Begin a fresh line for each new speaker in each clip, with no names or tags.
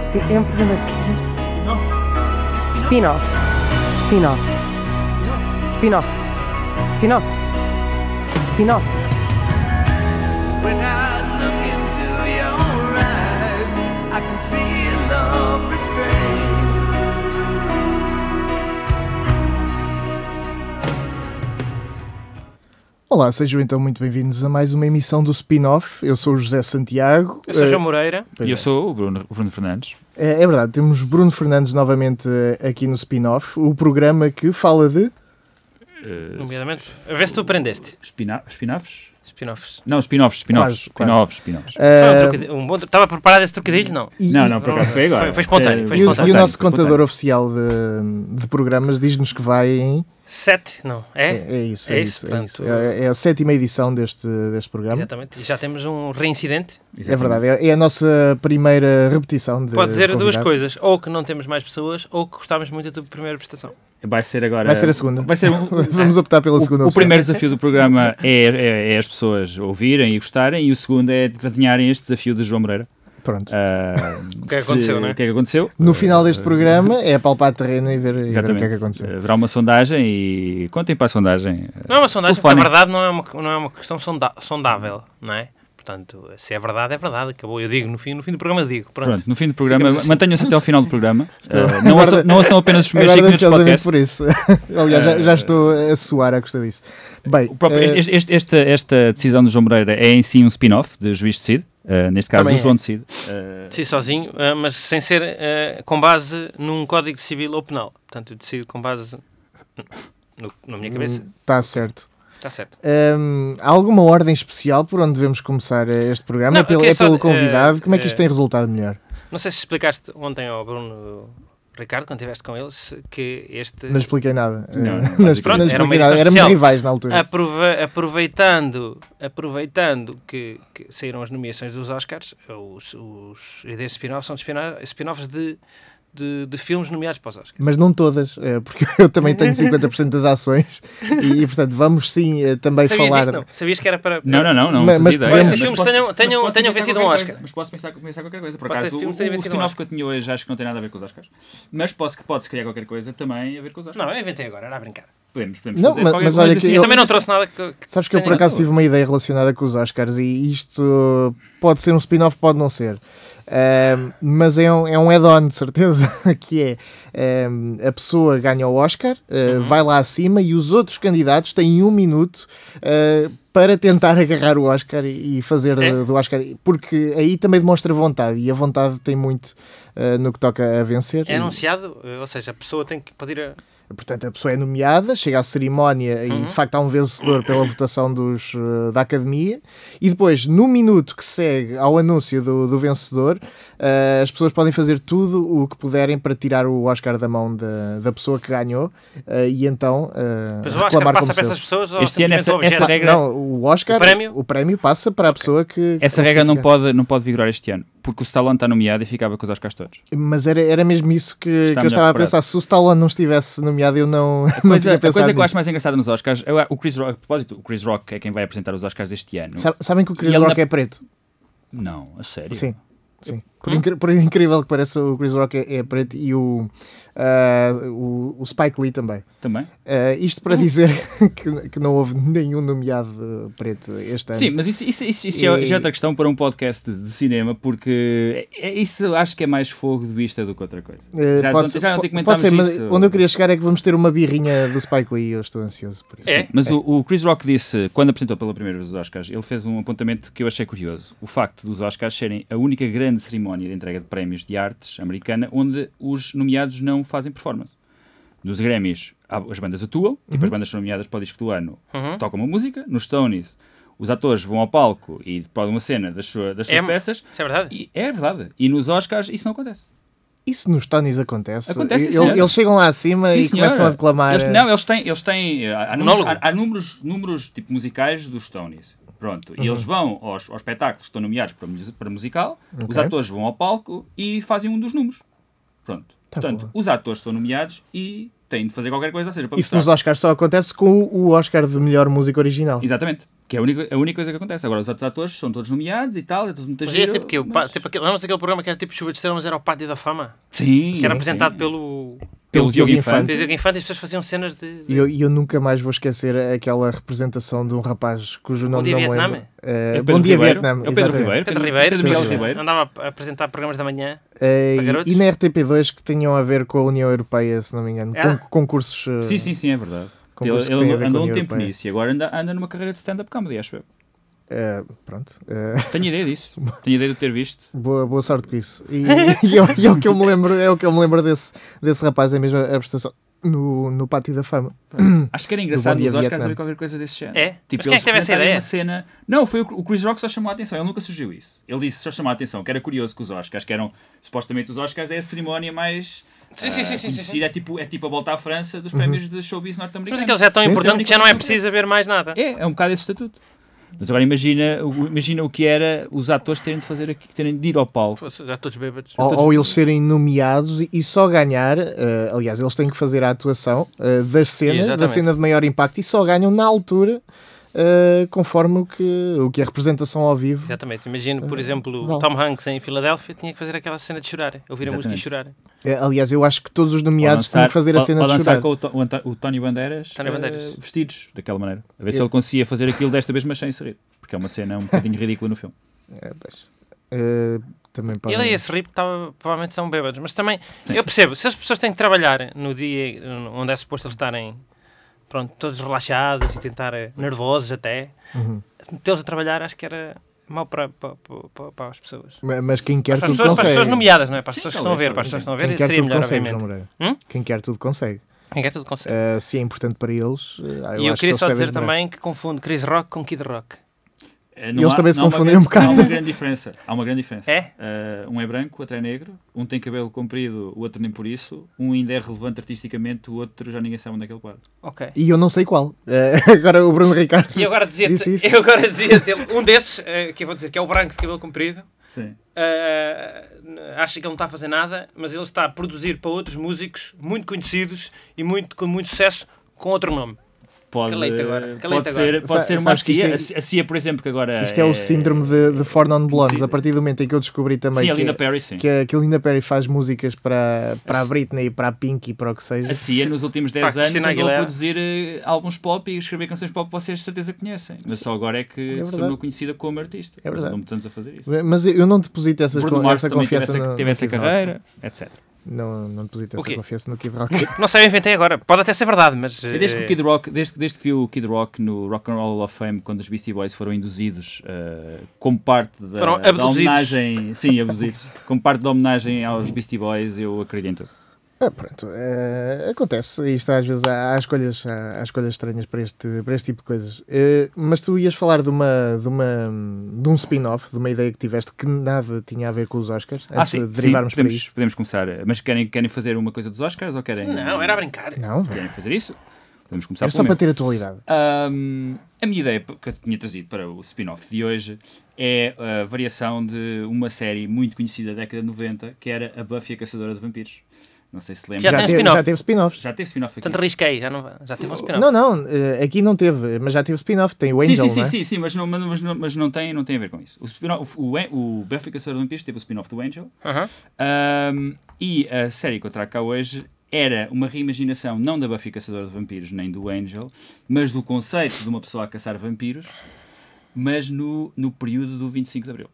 Spin- É um programa de quê? Spin-off. Spin-off. Spin-off. Spin-off. Spin-off.
When I look into your eyes, I can see love restrained.
Olá, sejam então muito bem-vindos a mais uma emissão do Spin-Off. Eu sou o José Santiago.
Eu sou
Eh,
João Moreira.
pois
e eu
é.
sou o Bruno, Bruno Fernandes.
É, é verdade, temos Bruno Fernandes novamente eh, aqui no Spin-Off, o programa que fala de.
Eh,
Nomeadamente. A ver se tu aprendeste.
spina- Spin-offs?
Spin-offs.
não, spin-offs, spin-offs,
Quase,
spin-offs, spin-offs.
Foi um
eh, Hum.
trocadilho- um bom tro- Estava preparado esse trocadilho? Não.
e-
Não, não, por acaso foi agora. Eh,
Foi- foi espontâneo, foi
E, o- e o nosso
foi
contador oficial de, de programas diz-nos que vai em.
Sete? Não. É?
É, é isso, é,
É
isso.
isso,
é, isso.
portanto-
É- é a sétima edição deste, deste programa.
Exatamente. E já temos um reincidente.
É
Exatamente.
verdade, é, é a nossa primeira repetição de.
Pode dizer duas
convidado.
coisas. Ou que não temos mais pessoas, ou que gostámos muito da tua primeira prestação.
Vai ser agora.
Vai ser a segunda.
Vai ser um-
Vamos optar pela segunda
o, o
opção.
primeiro desafio do programa é, é- é as pessoas ouvirem e gostarem, e o segundo é adivinharem este desafio de João Moreira.
Pronto.
Ah,
O que é que aconteceu, não é?
O que é que aconteceu?
No final deste programa é palpar terreno e ver, e ver o que
Exatamente.
é que aconteceu.
Haverá uma sondagem e contem para a sondagem.
Não é uma sondagem, porque na
Telefone.
verdade não é uma, não é uma questão sonda- sondável, não é? Portanto, se é verdade, é verdade. Acabou. Eu digo no fim, no fim do programa digo. Pronto.
Pronto, no fim do programa,
Ficamos assim.
mantenham-se até ao final do programa. Ah, não, ouçam, não ouçam apenas os primeiros 5
Agora
minutos do
ansiosamente
podcast.
por isso. Aliás, já,
Eh,
já estou a suar à custa disso. Bem,
O próprio-
eh,
este- este- esta, esta decisão do João Moreira é em si um spin-off de Juiz de Cid, eh, neste caso
Também
do
é.
João de Cid. Eh,
Sim, sozinho, eh, mas sem ser eh, com base num código civil ou penal. Portanto, eu decido com base no- na
Hum.
minha cabeça.
Está tá certo.
Está certo.
Hum, há alguma ordem especial por onde devemos começar eh, este programa?
Não,
é pelo,
eu
é
queria só,
pelo convidado?
eh,
Como é que isto
eh,
tem resultado melhor?
Não sei se explicaste ontem ao Bruno Ricardo, quando estiveste com eles, que este.
Não expliquei nada. Eh,
não,
não
basicamente.
expliquei- não
Pronto, era uma
expliquei nada.
edição
Éramos
especial. Ah.
rivais na altura.
aprove- aproveitando aproveitando que, que saíram as nomeações dos Oscars, os, os ideias spin-offs são spin- spin-offs de, de, de filmes nomeados para os Oscars.
Mas não todas, eh, porque eu também tenho 50% das ações e, e, portanto, vamos sim eh, também
Sabias
falar.
disto, não? Sabias que era para.
não, não, não. não
Mas-
fazia
mas
ideia.
podemos-
Esses filmes tenham- tenham-
posso
tenham vencido
inventar qualquer
um
coisa,
Oscar.
Mas posso pensar, pensar qualquer coisa. Por
Pode ser
acaso, o,
filmes tenham
o
vencido um
spin-off
Oscar.
que eu tinha hoje acho que não tem nada a ver com os Oscars. Mas posso, que pode-se criar qualquer coisa também a ver com os Oscars.
Não, é. eu inventei agora, era a brincar.
Podemos, podemos
Não,
fazer
mas-
qualquer
mas
coisa
olha que
assim.
E
Eu-
também não trouxe nada que. que
Sabes que eu
tenha-
por acaso
nada.
tive uma ideia relacionada com os Oscars e isto pode ser um spin-off, pode não ser. Ahm, mas é um, é um add-on, de certeza, que é ahm, a pessoa ganha o Oscar, ah, vai lá acima e os outros candidatos têm um minuto ah, para tentar agarrar o Oscar e, e fazer
É?
do, do Oscar, porque aí também demonstra vontade e a vontade tem muito ah, no que toca a vencer.
É anunciado, eh, ou seja, a pessoa tem que pedir a.
Portanto, a pessoa é nomeada, chega à cerimónia
Uhum.
e de facto há um vencedor pela votação dos, eh, da academia. E depois, no minuto que segue ao anúncio do, do vencedor, eh, as pessoas podem fazer tudo o que puderem para tirar o Oscar da mão da, da pessoa que ganhou eh, e então eh,
Mas o Oscar
reclamar como
passa para
seu.
essas pessoas ou
Este
simplesmente
ano essa-
o objeto? é
essa regra-
Não, o Oscar,
O prémio?
passa para a pessoa que. que
Essa regra não
classifica.
pode, não pode vigorar este ano, porque o Stallone está nomeado e ficava com os Oscars todos.
Mas era, era mesmo isso que, que eu
Está melhor
estava a
preparado.
pensar. Se o Stallone não estivesse nomeado, eu não, não
Coisa,
tinha
a
pensado.
coisa que eu
nisso.
acho mais engraçada nos Oscars, eu- o Chris Rock, a propósito, o Chris Rock é quem vai apresentar os Oscars este ano.
Sa- Sabem que o Chris
ele na-
Rock é preto?
Não, a sério.
Sim. Sim. Por, incri- por incrível que pareça, o Chris Rock é, é preto e o, ah, o, o Spike Lee também.
Também?
Ah, isto para
Uhum.
dizer que, que não houve nenhum nomeado ah, preto este ano.
Sim, mas isso, isso, isso, isso é-
E-
já é outra questão para um podcast de cinema, porque é- é- isso acho que é mais fogo de vista do que outra coisa.
Ah,
já
pode
ontem-
ser,
já ontem
po- pode
comentámos
ser, mas
isso.
onde eu queria chegar é que vamos ter uma birrinha do Spike Lee e eu estou ansioso por isso.
É?
Mas o, o Chris Rock disse, quando apresentou pela primeira vez os Oscars, ele fez um apontamento que eu achei curioso. O facto dos Oscars serem a única grande cerimónia de entrega de prémios de artes americana onde os nomeados não fazem performance. Nos Grammys, há- as bandas atuam,
Uhum.
tipo as bandas são nomeadas para o disco do ano, tocam uma música. Nos Tonys, os atores vão ao palco e podem uma cena das, sua- das suas
É-
peças.
Isso é verdade?
E é verdade. E nos Oscars isso não acontece.
Isso nos Tonys acontece.
Acontece,
Ele-
sim, senhora.
eles chegam lá acima
Sim,
e
senhora.
começam a declamar. eh,
Eles, não, eles têm. Eles têm eh, há, há números,
Um Monólogo.
há- há números, números, tipo musicais dos Tonys. Pronto.
Uhum.
E eles vão aos, aos espetáculos que estão nomeados para, mus- para musical, os
Ok.
atores vão ao palco e fazem um dos números. Pronto.
Tá
Portanto,
boa.
os atores são nomeados e têm de fazer qualquer coisa, ou seja, para
ah, Isso
mostrar.
nos Oscars só acontece com o Oscar de melhor música original.
Exatamente. Que é a única, a única coisa que acontece. Agora, os outros atores são todos nomeados e tal, é tudo muito
Mas é
giro,
tipo que o pa-
mas-
tipo aquele, lembras aquele programa que era tipo Chuva de Estrelas, era o Pátio da Fama?
Sim,
que era
sim.
apresentado pelo
pelo Diogo
Diogo
Infante.
Pedro Infante e as pessoas faziam cenas de... de-
E eu, e eu nunca mais vou esquecer aquela representação de um rapaz cujo nome
Dia
não me
Vietname?
lembro. Eh,
É o
bom
Pedro
dia,
Ribeiro.
Vietnã.
É o Pedro
exatamente.
Ribeiro.
Pedro Ribeiro,
Pedro Miguel
Ribeiro.
Ribeiro.
andava a apresentar programas da manhã.
Eh,
Para
e,
garotos?
e na RTP2 que tinham a ver com a União Europeia, se não me engano.
Era?
Com, concursos. eh,
Sim, sim, sim, é verdade.
concursos
Ele,
que têm a ver com
ele
a
andou um
União
tempo
Europeia.
nisso e agora anda, anda numa carreira de stand-up comedy, acho eu.
Eh, pronto. Eh,
Tenho ideia disso. Tenho ideia de ter visto.
boa, boa sorte com isso. E, e é o- e é o que eu me lembro, é o que eu me lembro desse, desse rapaz, é mesmo a prestação no, no Pátio da Fama.
Acho que era engraçado
Dia
nos Oscars
Vietnã.
haver qualquer coisa desse género. Tipo,
É? Mas quem é que
eles
teve essa
representarem
ideia?
Uma cena... Não, foi o o Chris Rock só chamou a atenção. Ele nunca surgiu isso. Ele disse, só chamou a atenção, que era curioso que os Oscars, que eram, supostamente, os Oscars é a cerimónia mais
Sim,
ah,
sim, sim, sim,
conhecida.
sim, sim.
É, tipo, é tipo a volta à França dos prémios de showbiz
Mas
norte-americanos.
aquilo já é tão
Sim, sim.
importante que já não é preciso haver mais nada.
É, é um bocado esse estatuto. Mas agora imagina, o- imagina o que era os atores terem de fazer aqui, terem de ir ao palco.
Fosse- Já todos bêbados.
Ou, ou eles serem nomeados e- e só ganhar, eh, aliás, eles têm que fazer a atuação eh, das cenas, da
Exatamente.
cena de maior impacto, e só ganham na altura, eh, conforme o que, o que a representação ao vivo.
Exatamente, imagino, por exemplo,
vale.
Tom Hanks em Filadélfia tinha que fazer aquela cena de chorar, ouvir a música e
Exatamente.
chorar.
Eh, aliás, eu acho que todos os
Ou
nomeados têm que fazer a
ou-
cena
ou
de
lançar
chorar.
com o, To- o Anta- o Tony Bandeiras,
Tony
eh,
Bandeiras.
vestidos daquela maneira. A ver se
Eu-
ele conseguia fazer aquilo desta vez, mas sem sorrir. Porque é uma cena um bocadinho ridícula no filme.
É, pois. Eh, também podem-
Ele e esse Rip tava, provavelmente estão bêbados, mas também eu percebo, se as pessoas têm que trabalhar no dia onde é suposto eles estarem pronto, todos relaxados e tentar eh, nervosos até,
Uhum.
metê-los a trabalhar acho que era mau para, para, para, para as pessoas.
Ma- Mas quem quer
Para as,
tudo
pessoas, para as
consegue.
pessoas nomeadas, não é? Para as
Sim,
pessoas que estão a
talvez,
ver, para as pessoas
talvez,
que
Quem quer
estão a ver, seria
tudo
melhor,
consegue, João
obviamente.
Moreira.
Hum?
Quem quer tudo consegue.
Ninguém tudo consegue.
Eh, se é importante para eles. eh,
e eu
acho que
queria só
eles devem
dizer
demorar.
também que confundo Chris Rock com Kid Rock.
Eh, não
Eles também se
não há uma
confundem um
grande-
bocado.
Há uma grande diferença. Há uma grande diferença.
É?
Eh, um é branco, outro é negro. Um tem cabelo comprido, o outro nem por isso. Um ainda é relevante artisticamente, o outro já ninguém sabe onde é que ele para.
Ok.
E eu não sei qual. Eh, agora o Bruno Ricardo.
E agora dizia-te,
Disse isso.
eu agora dizia-te, um desses, eh, que eu vou dizer, que é o branco de cabelo comprido,
Sim.
Uh, acha que ele não está a fazer nada, mas ele está a produzir para outros músicos muito conhecidos e muito, com muito sucesso com outro nome.
Pode,
Calei-te agora,
pode
calei-te agora.
ser, pode
Sa-
ser uma
sabes que isto
CIA.
é-
A CIA, a CIA, por exemplo, que agora.
Isto é o síndrome de, de Four Non Blondes. A partir do momento em que eu descobri também
Sim, a
que, é-
Linda Perry, sim.
que, a- que a Linda Perry faz músicas para, para a
Esse-
Britney, para a Pink e para o que seja.
A CIA nos últimos 10 anos
Christina
andou
Aguilera.
a produzir eh, álbuns pop e escrever canções pop que vocês de certeza conhecem. Mas só agora é que se
verdade.
tornou conhecida como artista.
É
Mas
verdade.
Andou muitos anos a fazer isso.
Mas eu não deposito essas,
Bruno
co-
Mars
essa
também teve
confiança.
essa,
no-
teve
no
essa
Kid Rock.
carreira, etc.
Não, não deposito
O quê?
essa confiança no Kid Rock.
Não sei, eu inventei agora. Pode até ser verdade, mas.
E desde que
eh,
o Kid Rock, desde, que- desde que viu o Kid Rock no Rock and Roll Hall of Fame, quando os Beastie Boys foram induzidos eh, como parte da,
Foram
da
abduzidos.
homenagem, sim, abduzidos, como parte da homenagem aos Beastie Boys, eu acredito. em tudo.
Ah, pronto, eh, acontece. Isto às vezes há, há escolhas, há, há escolhas estranhas para este, para este tipo de coisas. Eh, mas tu ias falar de, uma, de, uma, de um spin-off, de uma ideia que tiveste que nada tinha a ver com os Oscars, antes de derivarmos para
Ah, podemos,
isso.
podemos começar. Mas querem, querem fazer uma coisa dos Oscars ou querem,
Não, era a brincar.
Não,
querem fazer isso? Podemos começar
era
pelo
só para
meu.
ter atualidade.
Ahm, a minha ideia que eu tinha trazido para o spin-off de hoje é a variação de uma série muito conhecida da década de 90, que era a Buffy a Caçadora de Vampiros. Não sei se lembra.
Já tem
teve-
spin-off.
já teve spin-offs.
já teve spin-off aqui.
Portanto, risquei, já, não, já teve um spin-off.
Não, não, eh, aqui não teve, mas já teve spin-off. Tem o
Sim,
Angel,
sim, sim,
não é?
sim, sim, mas não, mas, não, mas não, tem, não tem a ver com isso. O, spin-off- o, An- o Buffy a Caçadora de Vampiros teve o spin-off do Angel,
Aham.
Ahm, e a série que eu trago cá hoje era uma reimaginação não da Buffy Caçadora de Vampiros nem do Angel, mas do conceito de uma pessoa a caçar vampiros, mas no, no período do 25 de Abril.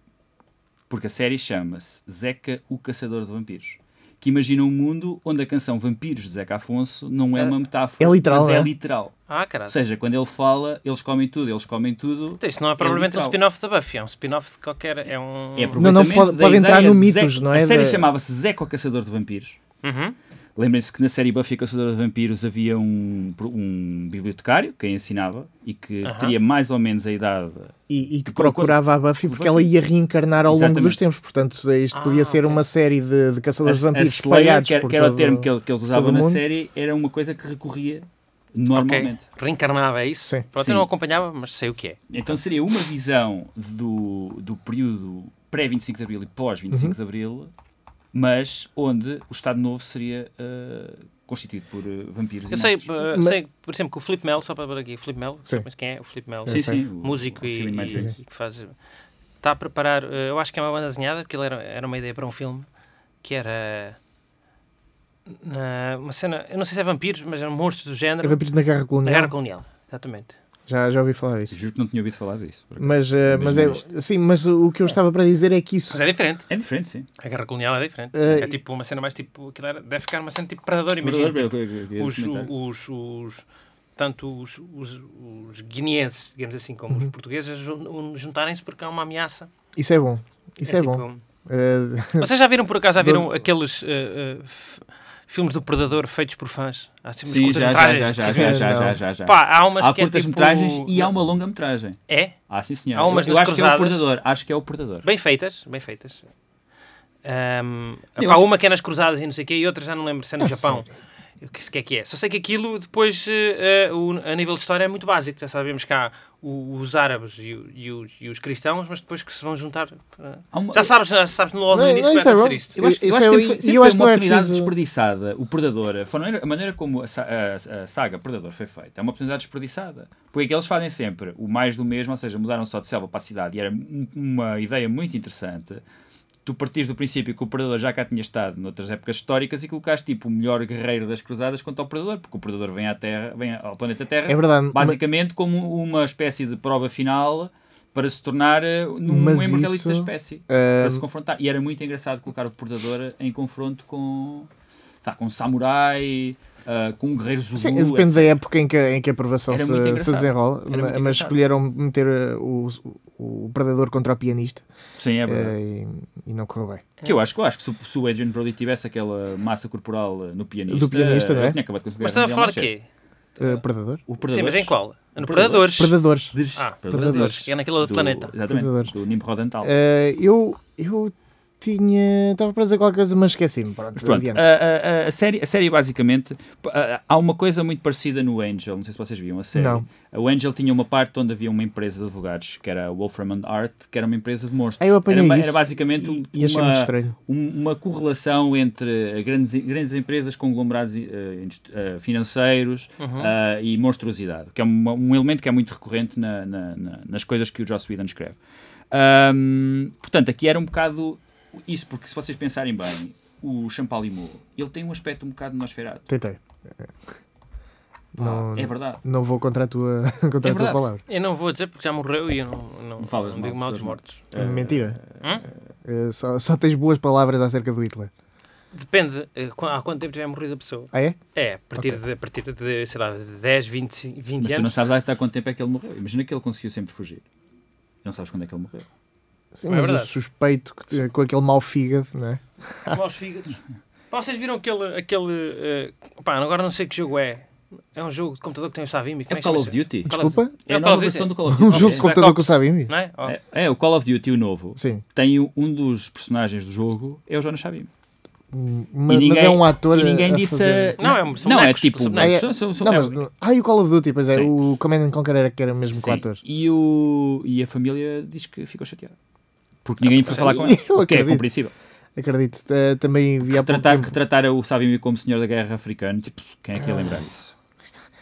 Porque a série chama-se Zeca o Caçador de Vampiros. Que imagina um mundo onde a canção Vampiros de Zeca Afonso não é uma metáfora,
É literal,
mas é
não é?
literal.
Ah,
Ou
caralho.
seja, quando ele fala, eles comem tudo, eles comem tudo.
Então, Isto não é provavelmente um
literal.
spin-off da Buffy, é um spin-off de qualquer. É um.
É
Não, não, pode-
aproveitamento da
pode entrar
ideia
no
de Zeca-
mitos, não é?
A série
Da-
chamava-se Zeca o Caçador de Vampiros.
Uhum.
Lembrem-se que na série Buffy a Caçadora de Vampiros havia um, um bibliotecário que a ensinava e que
Aham.
teria mais ou menos a idade.
E, e que
Que procura-
procurava a Buffy porque
Buffy.
ela ia reencarnar ao longo dos
Exatamente.
tempos. Portanto, isto
Ah,
podia ser
ok.
uma série de, de
A, a
caçadores de vampiros
Slayer,
espalhados
que, era-
por
que era o
todo-
termo que, ele- que eles usavam
todo o
na
mundo.
série, era uma coisa que recorria
Ok.
normalmente.
Reencarnava, é isso?
Sim.
Pronto,
Sim.
eu não acompanhava, mas sei o que é.
Então seria uma visão do, do período pré-25
Uhum.
de Abril e pós-25 de Abril, mas onde o Estado Novo seria eh, constituído por eh, vampiros e
Eu sei,
monstros.
eh,
Mas-
sei, por exemplo, que o Flip Mel, só para ver aqui, o Flip Mel,
Sim.
sabes quem é? O Flip Mel,
Sim,
sei.
sim. o-
músico
o
e,
filme mais
e-
vezes.
e que faz. Está a preparar, eh, eu acho que é uma banda desenhada, porque era, era uma ideia para um filme que era. na- uma cena, eu não sei se é vampiros, mas eram monstros do género.
Eu vou pedir na guerra
Na
colonial.
Guerra Colonial, exatamente.
Já, já ouvi falar disso.
Juro que não tinha ouvido falar disso. por acaso.
Mas, eh,
Mesmo
mas, é,
isto.
sim, mas o que eu estava para dizer é que isso.
Mas é diferente.
É diferente, sim.
A Guerra Colonial é diferente.
Eh,
é tipo uma cena mais tipo. Aquilo era, deve ficar uma cena tipo predador, imagina.
é
tipo, os, os, os- tanto os, os, os guineenses, digamos assim, como
Uhum.
os portugueses, jun- un- juntarem-se porque há uma ameaça.
Isso é bom. Isso é,
tipo-
um
bom. Eh,
Vocês já viram, por acaso, já viram aqueles eh, eh, f- filmes do Predador feitos por fãs? Há sempre umas
Sim, já, já,
curtas-metragens.
já, já,
Quer
já,
dizer,
já,
não.
já, já, já.
Pá, há umas
há
que é
curtas-metragens
tipo...
e há uma longa-metragem.
É?
Ah, sim, senhor.
Há umas
eu
nas
acho que é o
cruzadas.
portador. Acho que é o portador.
Bem feitas, bem feitas. Ahm,
Eu
pá,
acho- Ah,
uma que é nas cruzadas e não sei o quê, e outra já não lembro se é no Japão. O que, que é que é? Só sei que aquilo depois, eh, eh, o- a nível de história, é muito básico. Já sabemos que há o- os árabes e, o- e os, e os cristãos, mas depois que se vão juntar. para-
Há uma-
Já sabes, já sabes no logo
Não,
no início
não,
vai
isso é
acontecer
bom.
isto.
Eu acho, eu
Isso
acho
é
que
o-
sempre, foi-
e
sempre
eu
foi
acho que
uma
não é
oportunidade
preciso-
desperdiçada. O Predador, foi a maneira- a maneira como a, sa- a- a saga Predador foi feita, é uma oportunidade desperdiçada. Porque é que eles fazem sempre o mais do mesmo, ou seja, mudaram só de selva para a cidade e era um- uma ideia muito interessante. Tu partires do princípio que o Predador já cá tinha estado noutras épocas históricas e colocaste tipo o melhor guerreiro das cruzadas contra o Predador, porque o Predador vem à Terra, vem ao planeta Terra,
É verdade,
basicamente como uma espécie de prova final para se tornar eh, num
Mas
imortalista
isso-
da espécie para se confrontar. E era muito engraçado colocar o Predador em confronto com, tá, com um samurai, ah, com um guerreiro zulu.
Sim, depende da época em que, em que a aprovação
Era
se,
muito
se
engraçado.
desenrola,
Era muito
ma- mas
engraçado.
escolheram meter eh, o, o, o predador contra o pianista
etc. Sim, é verdade.
eh, e, e não correu bem.
Que eu acho, que- eu acho que se, o- se o Adrian Brody tivesse aquela massa corporal ah, no pianista,
Do pianista, não é?
eu tinha acabado de conseguir
Mas estás a
Daniel
falar de
Machete.
quê?
Eh,
Tá.
predador?
O Predador.
Sim, mas em qual? No
Predadores.
Predadores.
Predadores.
Des-
Ah,
Predadores,
que é naquele outro
do,
planeta.
Exatamente,
Predadores.
do Nimrod Antal.
Eh, eu, eu tinha. Estava para dizer qualquer coisa, mas esqueci-me. Pronto,
Mas pronto, eh,
adiante.
a, a- a série, a série basicamente p- a- há uma coisa muito parecida no Angel, não sei se vocês viam a série.
Não.
O Angel tinha uma parte onde havia uma empresa de advogados, que era a Wolfram and Art, que era uma empresa de monstros.
Ah, eu apanhei
era, ba-
isso
era basicamente
e-
um-
e achei muito
uma,
estranho.
um- uma correlação entre eh, grandes, grandes empresas, conglomerados eh, indust- eh, financeiros ah, e monstruosidade, que é uma- um elemento que é muito recorrente na- na- na- nas coisas que o Joss Whedon escreve. Ahm, portanto, aqui era um bocado isso, porque se vocês pensarem bem, o Champalimu, ele tem um aspecto um bocado de Nosferatu.
Tentei.
Pá,
Não-
é verdade.
Não vou contra a tua, contra
É
a tua
verdade.
palavra.
Eu não vou dizer porque já morreu e eu não, não,
Não falas
não digo
mal
mal
dos
dos mortos.
É
Eh,
Mentira.
Hum?
Eh, só, só tens boas palavras acerca do Hitler.
Depende eh, qu- há quanto tempo tiver morrido a pessoa.
Ah, é?
É, a partir, de, a partir de, sei lá, de 10, 20, 20
Mas tu não
anos.
sabes há quanto tempo é que ele morreu. Imagina que ele conseguiu sempre fugir. Não sabes quando é que ele morreu.
Sim,
É
mas eu
verdade.
suspeito que, com aquele mau fígado, não é?
Maus fígados. Pá, vocês viram aquele. aquele eh, pá, agora não sei que jogo é. É um jogo de computador que tem o Savimbi.
É
como que
o Call of
chama-se?
Duty.
Call
Desculpa?
É a
É o Call
nova
of Duty.
versão do Call of
Um
Duty.
jogo de
Black
computador com o
Ops.
Sabimi?
Não é? Ó,
É, é, o Call of Duty, o novo,
Sim.
tem um- um dos personagens do jogo, é o Jonas Chabim.
Hum,
E
ma- Mas,
ninguém-
é um ator.
E ninguém
a
disse. eh,
fazer.
a-
Não, é um- são bonecos,
tipo.
são
Ah, é-
bonecos.
são- são- são-
não,
é-
mas no- Ah, e o Call of Duty, pois é.
Sim.
O Command and Conquer era que era mesmo com o
Sim.
ator.
E, o, e a família diz que ficou chateada. Porque ninguém foi falar com ela.
Ah, tá Eu
O que é
acredito. tá
compreensível.
Acredito. Eh, também vi há pouco
Tratar,
tempo
que tratar o Sabim como senhor da guerra africano, tipo, quem
Ah,
é que ia lembrar isso?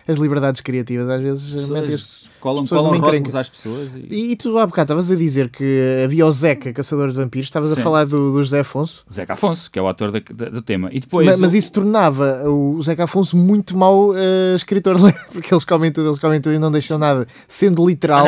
as liberdades criativas, às vezes, metem-se.
Pessoas colam
pessoas
colam
numa
rótulos
encrenca.
às pessoas. E...
E, e tu há bocado estavas a dizer que havia o Zeca, Caçador de Vampiros, estavas a
Sim.
falar do, do José Afonso,
Zeca Afonso, que é o ator da- da- do tema. E
ma-
depois.
mas,
o-
isso tornava o Zeca Afonso muito mau eh, escritor, porque eles comem tudo, eles comem tudo e não deixam nada. Sendo literal,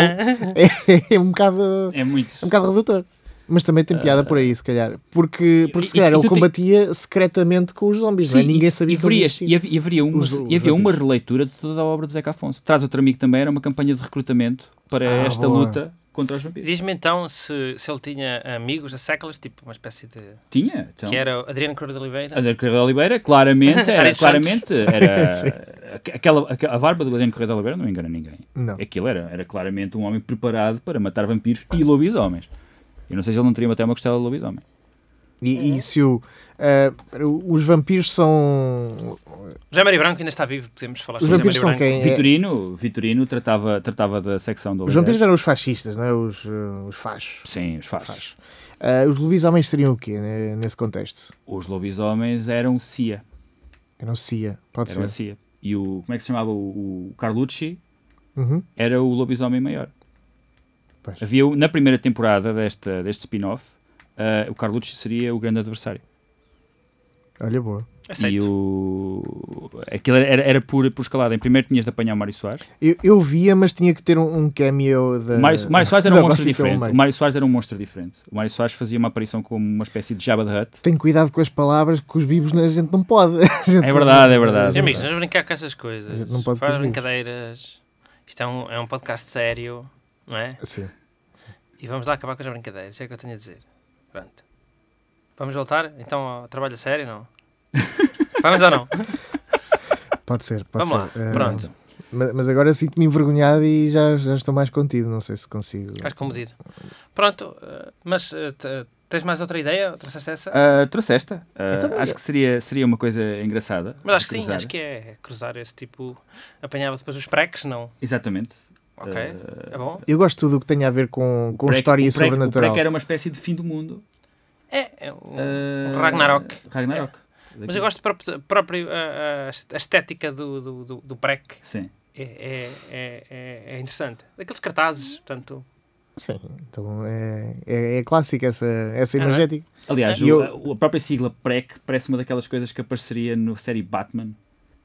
é, é um bocado.
é muito.
É um bocado redutor. Mas também tem piada por aí, se calhar. Porque, porque se
e-
calhar
e tu
ele
te-
combatia secretamente com os zombies, não é?
Sim,
Ninguém
e-
sabia
e,
que eles
verias-
existiam.
e hav- e havia, uma,
Os- os
e havia uma
vampiros.
releitura de toda a obra de Zeca Afonso. Traz outro amigo também, era uma campanha de recrutamento para
Ah,
esta
boa.
luta contra os vampiros.
Diz-me então se, se ele tinha amigos a séculos, tipo uma espécie de.
Tinha, então.
que era o Adriano Correia de Oliveira.
Adriano Correia de Oliveira, claramente, era,
Área de
claramente, era aqu- aquela, aquela- a barba do Adriano Correia de Oliveira não engana ninguém.
Não.
Aquilo era, era claramente um homem preparado para matar vampiros e lobisomens. Eu não sei se ele não teria até uma costela de lobisomem.
E,
Uhum.
e se o, ah, os vampiros são.
José Mário Branco ainda está vivo, podemos falar
Os
sobre
vampiros
José
são
Mário Branco.
quem? É-
Vitorino, Vitorino tratava, tratava da secção do
os vampiros eram os fascistas, não é? Os, ah, os fachos.
Sim, os fachos.
Fachos. Eh, Ah, os lobisomens seriam o quê né, nesse contexto?
Os lobisomens eram CIA.
Era o Cia, pode
Era o
ser.
CIA. E o, como é que se chamava? O, o Carlucci
Uhum.
era o lobisomem maior.
Pois.
Havia, um- na primeira temporada desta, deste spin-off, ah, o Carlucci seria o grande adversário.
Olha, boa.
E
Aceito.
o... Aquilo era, era por, por escalada. Em primeiro tinhas de apanhar o Mário Soares.
Eu, eu via, mas tinha que ter um, um cameo da.
O Mário, o Mário Soares era um
da
monstro
Buffy pelo
diferente.
meio.
O Mário Soares era um monstro diferente. O Mário Soares fazia uma aparição como uma espécie de Jabba the Hutt.
Tem cuidado com as palavras, que os bibos né, a gente não pode. A gente
É
não-
verdade, é verdade.
Mas, amigos, vamos brincar com essas coisas.
A gente um não pode
Faz
com os livros.
brincadeiras. Isto é um, é um podcast sério, não é?
Sim.
E vamos lá acabar com as brincadeiras. É o que eu tenho a dizer. Pronto. Vamos voltar então ao trabalho a sério, não? vamos ou não?
Pode ser, pode
Vamos
ser.
lá,
Eh,
pronto.
Mas, mas agora sinto-me envergonhado e já, já estou mais contido. Não sei se consigo.
Estás comedido. Pronto, eh, mas eh, te- tens mais outra ideia? Trouxeste essa?
Ah, trouxe esta. Ah,
Então,
acho que seria, seria uma coisa engraçada.
Mas acho que sim,
Cruzar.
acho que é cruzar esse tipo. Apanhava depois os preques, não?
Exatamente.
é. Ok,
Ah,
é bom?
Eu gosto de tudo o que tem a ver com, com
Prec-
história
o Prec- O
sobrenatural.
Prec era uma espécie de fim do mundo.
É, é um,
Ah,
um Ragnarok. É.
Ragnarok.
Mas eu gosto próprio, próprio a, a estética do, do, do, do prec
Sim.
é, é, é- é, é interessante. Daqueles cartazes, portanto,
Sim, então é, é, é clássica essa, essa
É,
Aham.
energética.
Aliás,
E
o-
eu-
a própria sigla PREC parece uma daquelas coisas que apareceria na série Batman.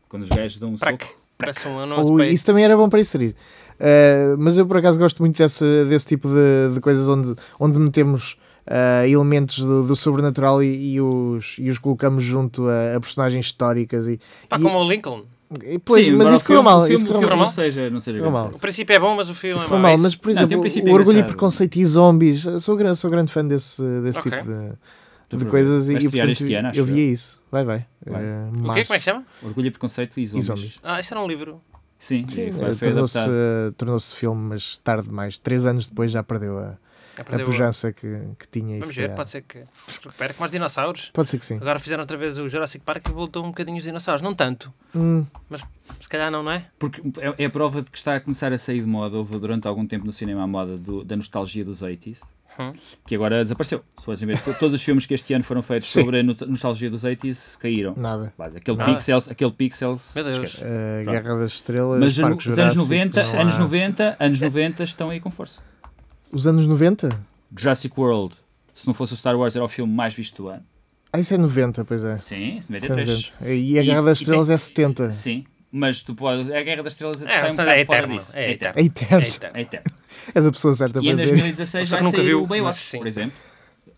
Quando os gajos dão um
prec.
soco.
Parece um
é
nome de
Ou,
país.
isso também era bom para inserir. Uh, mas eu por acaso gosto muito desse, desse tipo de, de coisas onde, onde metemos uh, elementos do, do sobrenatural e, e os, e os colocamos junto a, a personagens históricas. E,
Pá,
e-
como o Lincoln.
e- pois,
Sim,
mas
agora o
isso correu
filme- o
mal.
filme-
Isso
o
correu
filme
mal.
Não seja, não seja
correu mal.
O princípio é bom, mas o filme
Isso
é
foi
mau.
mal,
é isso?
mas por
Não, tem um
exemplo,
princípio
o orgulho e
engraçado.
preconceito e zombies, eu sou grande, sou grande fã desse, desse
Ok.
tipo de,
Estou
de
a ver.
coisas e,
Vai
e
estrear
portanto,
este ano, acho
eu
eu.
via isso. Vai, vai.
Vai.
Eh,
O quê?
março.
Como é que chama?
Orgulho, preconceito e zombies.
zombies.
Ah, isso era um livro.
Sim,
Sim,
e
eh,
foi, foi
tornou-se
adaptado.
eh, tornou-se filme, mas tarde demais. Três anos depois já perdeu a,
Já
a
perdeu-
pujança que, que tinha. e
Vamos
se
ver,
calhar-
pode ser que. Espera, como os dinossauros.
pode ser que sim.
Agora fizeram outra vez o Jurassic Park e voltou um bocadinho os dinossauros. Não tanto,
Hum,
se calhar não, não é?
Porque é, é a prova de que está a começar a sair de moda. Houve durante algum tempo no cinema a moda do- da nostalgia dos 80s,
Hum.
que agora desapareceu. Se fores a ver, to- todos os filmes que este ano foram feitos
Sim.
sobre a no- nostalgia dos 80s caíram.
nada.
Quase, Aquele
Nada.
Pixels, aquele pixels
Meu Deus.
esquece.
Eh,
Pronto.
Guerra das Estrelas,
Mas
Parque
os anos
Jurássico,
90,
não há-
anos 90, anos 90 estão aí com força.
Os anos 90?
Jurassic World, se não fosse o Star Wars, era o filme mais visto do ano.
Ah, isso é 90, pois é.
Sim,
Isso é
93.
90. E a Guerra
E-
das
e
Estrelas
tem-
é 70.
Sim, mas tu podes. A Guerra das Estrelas
É,
sai um
é
bocado fora
eterno,
disso.
é eterno.
É eterno.
Eita.
É eterno.
És a pessoa certa
E é
para
em
dizer.
2016
Só
vai
que nunca
sair
viu,
o
mas
Baywatch,
sim.
por exemplo.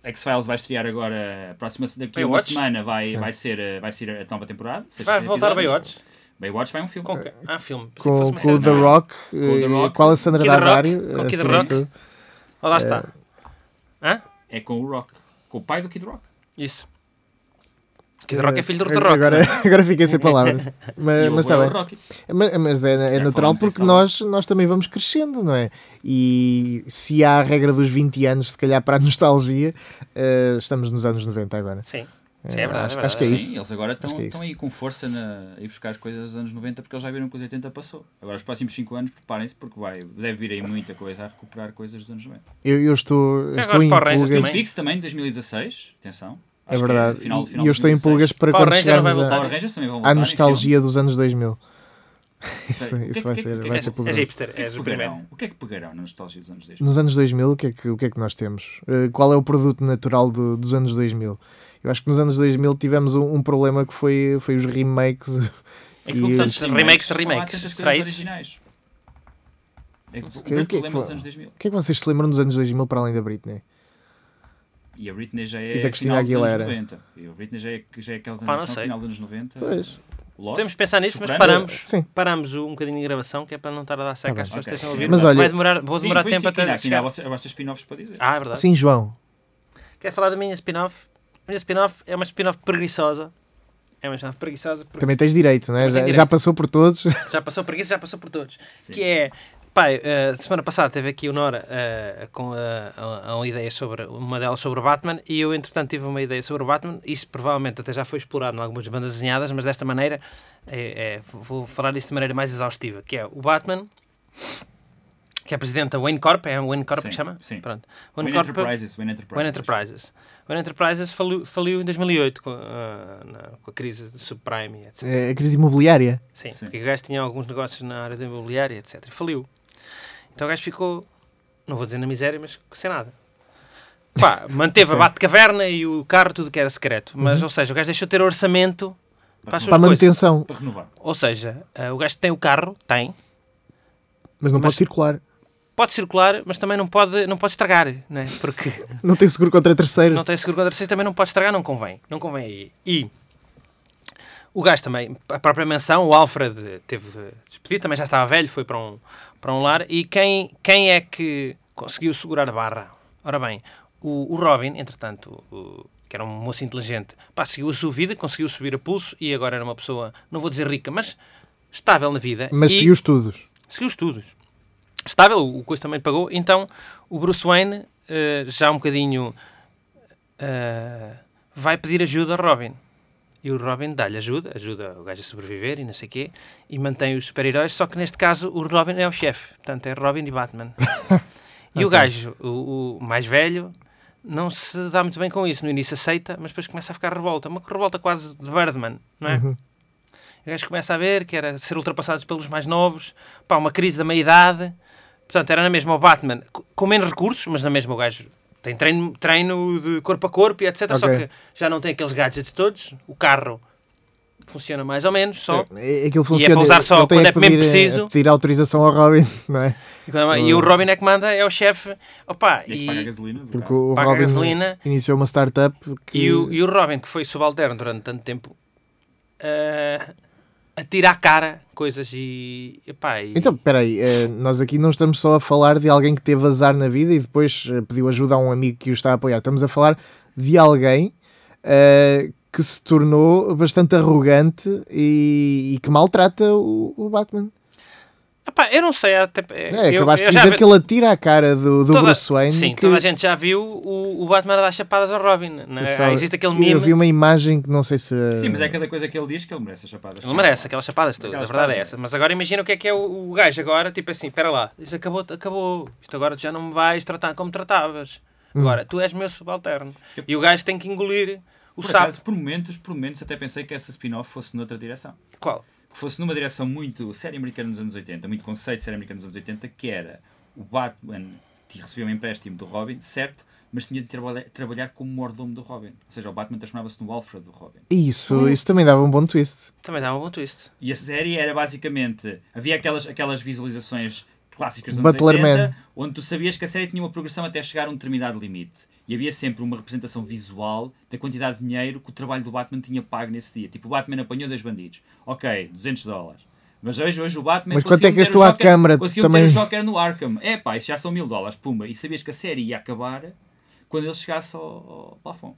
X-Files vai estrear agora, a próxima, daqui a uma
Baywatch?
semana vai, vai, ser, eh, vai ser a nova temporada. seis
Vai voltar
episódios.
Baywatch?
Baywatch vai um filme.
Com que? Ah, filme. Pensei que fosse
Com,
uma
com o
série.
The
Ah,
Rock,
o The
eh,
Rock.
com a Eh, Alessandra
Kid Rock,
Dário.
com o Kid
acima de
Rock.
tudo.
Ah, lá está.
É com o Rock. Com o pai do Kid Rock.
Isso. Kid Rock é filho do
Eh,
The Rock.
É. Agora, agora fiquei sem palavras.
E
Mas,
o
mas está
avô é
bem.
o Rocky.
Mas, mas é, é
Já
natural
falamos desse
tá
porque nós, nós também vamos crescendo, não é? E se há a regra dos 20 anos, se calhar para a nostalgia, eh, estamos nos anos 90 agora.
Sim.
Eh,
Sim, é verdade,
acho,
é
acho que é
verdade.
isso.
Sim, eles agora estão,
que é
estão aí com força na, a ir buscar as coisas dos anos 90 porque eles já viram que os 80 passou. Agora os próximos 5 anos preparem-se porque vai, deve vir aí muita coisa a recuperar coisas dos anos 90.
Eu, eu estou,
Eu
estou
gosto de
em
É, Power
pulgas.
Rangers
Tem
Também.
o Pix também de 2016, atenção.
É
Acho que
verdade.
final-
E-
final
e eu
de
estou em
2016.
pulgas para
Power
quando
Ranger não
chegarmos
vai
à-
voltar.
Power Rangers também vão
à
voltar. este filme.
nostalgia dos anos 2000. Isso,
Sei. O que
isso
é-
vai
o que é- o
ser,
que é-
vai ser
é-
É
poderoso.
hipster,
O que é
és
que
o primeiro.
pegarão? O que é que pegarão na nostalgia dos anos 2000?
Nos anos 2000, o que é que, o que, é que nós temos? Eh, qual é o produto natural do- dos anos 2000? Eu acho que nos anos 2000 tivemos um, um problema que foi, foi os remakes.
É
E-
que houve tantos
Remakes de
não há
remakes.
tantas coisas
Será isso?
originais. É que o
que é
grande
que
problema
foi?
dos anos 2000.
O que é que vocês se lembram dos anos 2000 para além da Britney?
E a Britney já
E
é
da Cristina
final dos anos
Aguilera.
90. E a Britney já é, já é aquela
não
transição
sei.
final dos anos 90.
Pois.
Lost,
Podemos pensar nisso, mas
Sopranos.
paramos.
Sim.
Paramos um bocadinho de gravação, que é para não estar a dar seca
Tá
às
bem.
pessoas
Ok.
que estejam a ouvir.
Mas olha-
Vai demorar, vou
Sim,
demorar
por isso
tempo
é que ainda-
até
ainda há
chegar.
vossas- há vossas spin-offs para dizer.
Ah, é verdade.
Sim, João.
Quer falar da minha spin-off? A minha spin-off é uma spin-off preguiçosa. É uma spin-off preguiçosa porque
Também tens direito, não é?
Também
Já,
tenho
já
direito.
passou por todos.
já passou preguiça, já passou por todos.
Sim.
Que é, pai, eh, semana passada teve aqui o Nora eh, com eh, a- a uma ideia sobre, uma delas sobre o Batman e eu, entretanto, tive uma ideia sobre o Batman. Isso provavelmente até já foi explorado em algumas bandas desenhadas, mas desta maneira, é, eh, eh, vou falar disso de maneira mais exaustiva, que é o Batman é que é presidente da Wayne Corp, é a Wayne Corp
Sim,
que chama?
sim.
Pronto.
When
Wayne Corp,
Enterprises, When Enterprises.
Wayne Enterprises. Wayne Enterprises faliu, faliu em 2008 com, ah, na- com a crise do subprime e etc.
É, a crise imobiliária.
Sim,
Sim.
porque o gajo tinha alguns negócios na área da imobiliária, etc. E faliu. Então o gajo ficou, não vou dizer na miséria, mas sem nada. Pá, manteve a bate-caverna e o carro, tudo que era secreto. Mas, ou seja, o gajo deixou de ter orçamento para as suas
Para
Para a
coisas.
manutenção,
Para renovar.
Ou seja, ah, o gajo tem o carro, tem,
mas não
Mas-
pode circular.
pode circular, mas também não pode, não pode estragar, né? porque
Não tem seguro contra terceiro.
não tem seguro contra terceiros, também não pode estragar, não convém. Não convém aí. E o gajo também, a própria menção, o Alfred eh, teve eh, despedido, também já estava velho, foi para um, para um lar. E quem, quem é que conseguiu segurar a barra? Ora bem, o, o Robin, entretanto, o- que era um moço inteligente, pá, seguiu a sua vida, conseguiu subir a pulso e agora era uma pessoa, não vou dizer rica, mas estável na vida.
Mas
e
seguiu estudos.
seguiu estudos. Estável, o custo também pagou. Então, o Bruce Wayne eh, já um bocadinho eh, vai pedir ajuda ao Robin. E o Robin dá-lhe ajuda, ajuda o gajo a sobreviver e não sei o quê, e mantém os super-heróis, só que neste caso o Robin é o chefe. Portanto, é Robin e Batman. e o gajo, o, o mais velho, não se dá muito bem com isso. No início aceita, mas depois começa a ficar revolta. Uma revolta quase de Birdman, não é? O gajo começa a ver que era ser ultrapassados pelos mais novos, pá, uma crise da meia-idade. Portanto, era na mesma o Batman, co- com menos recursos, mas na mesma o gajo tem treino, treino de corpo a corpo e etc. Só
Ok.
que já não tem aqueles gadgets todos. O carro funciona mais ou menos, só.
É, é que ele funciona.
para usar só
ele tem
quando
a
é mesmo
pedir-
preciso.
a pedir autorização ao Robin, não é?
E, quando- e o Robin é que manda, é o chefe. Opa,
E é que paga a
e,
gasolina. do
Porque
carro.
o
Paga
Robin
gasolina.
iniciou uma startup que.
e o, e o Robin, que foi subalterno durante tanto tempo, eh, atira à cara coisas e. Epá, e
Então, peraí, eh, nós aqui não estamos só a falar de alguém que teve azar na vida e depois eh, pediu ajuda a um amigo que o está a apoiar. Estamos a falar de alguém eh, que se tornou bastante arrogante e, e que maltrata o, o Batman.
Epá, eu não sei. Até,
É,
eu,
acabaste
eu
de
já
dizer
vi-
que ele atira a cara do, do
toda-
Bruce Wayne.
Sim,
que
toda a gente já viu o, o Batman a dar chapadas ao Robin. né?
só-
Ah, Existe aquele
Eu
meme.
vi uma imagem que não sei se.
Sim, mas é cada coisa que ele diz que ele merece as chapadas.
Ele merece aquelas chapadas todas,
Aquelas
a verdade é
chapadas
essa.
merece.
Mas agora imagina o que é que é o, o gajo agora, tipo assim, espera lá, isto acabou, acabou, isto agora tu já não me vais tratar como tratavas.
Hum.
Agora, tu és meu subalterno. E o gajo tem que engolir o
Por
sapo.
acaso, por momentos, por momentos, até pensei que essa spin-off fosse noutra direção.
Qual?
Que fosse numa direção muito série americana dos anos 80, muito conceito de série americana dos anos 80, que era o Batman que recebeu um empréstimo do Robin, certo, mas tinha de trabalha- trabalhar como mordomo do Robin. Ou seja, o Batman transformava-se no Alfred do Robin.
Isso, isso também dava um bom twist.
Também dá um bom twist.
E a série era basicamente. Havia aquelas, aquelas visualizações clássicas dos
Butler
anos 80,
Man.
onde tu sabias que a série tinha uma progressão até chegar a um determinado limite. E havia sempre uma representação visual da quantidade de dinheiro que o trabalho do Batman tinha pago nesse dia. Tipo, o Batman apanhou dois bandidos. Ok, 200 dólares. Mas hoje, hoje o Batman.
Mas quanto é que
conseguiu meter
gastou
o
à
Joker-
Câmara
Conseguiu
também?
meter o Joker no Arkham. É pá, isso já são mil dólares, pumba. E sabias que a série ia acabar quando ele chegasse ao, ao plafond.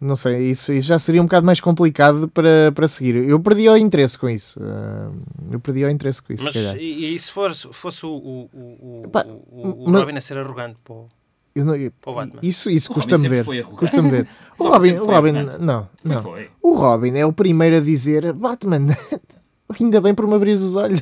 Não sei, isso, isso já seria um bocado mais complicado para, para seguir. Eu perdi o interesse com isso. Ah, Eu perdi o interesse com isso,
Mas
se calhar.
e, e se for- se fosse o, o, o, o,
Epá,
o- o
mas-
Robin a ser arrogante, pô.
Eu não- eu-
Para o Batman.
isso isso
O Robin
custa-me
sempre
ver.
foi arrogante.
Custa-me ver. O
O Robin
Robin,
sempre
o
foi
Robin
arrogante.
não,
Foi,
não.
foi.
O Robin é o primeiro a dizer Batman, ainda bem por me abrir os olhos.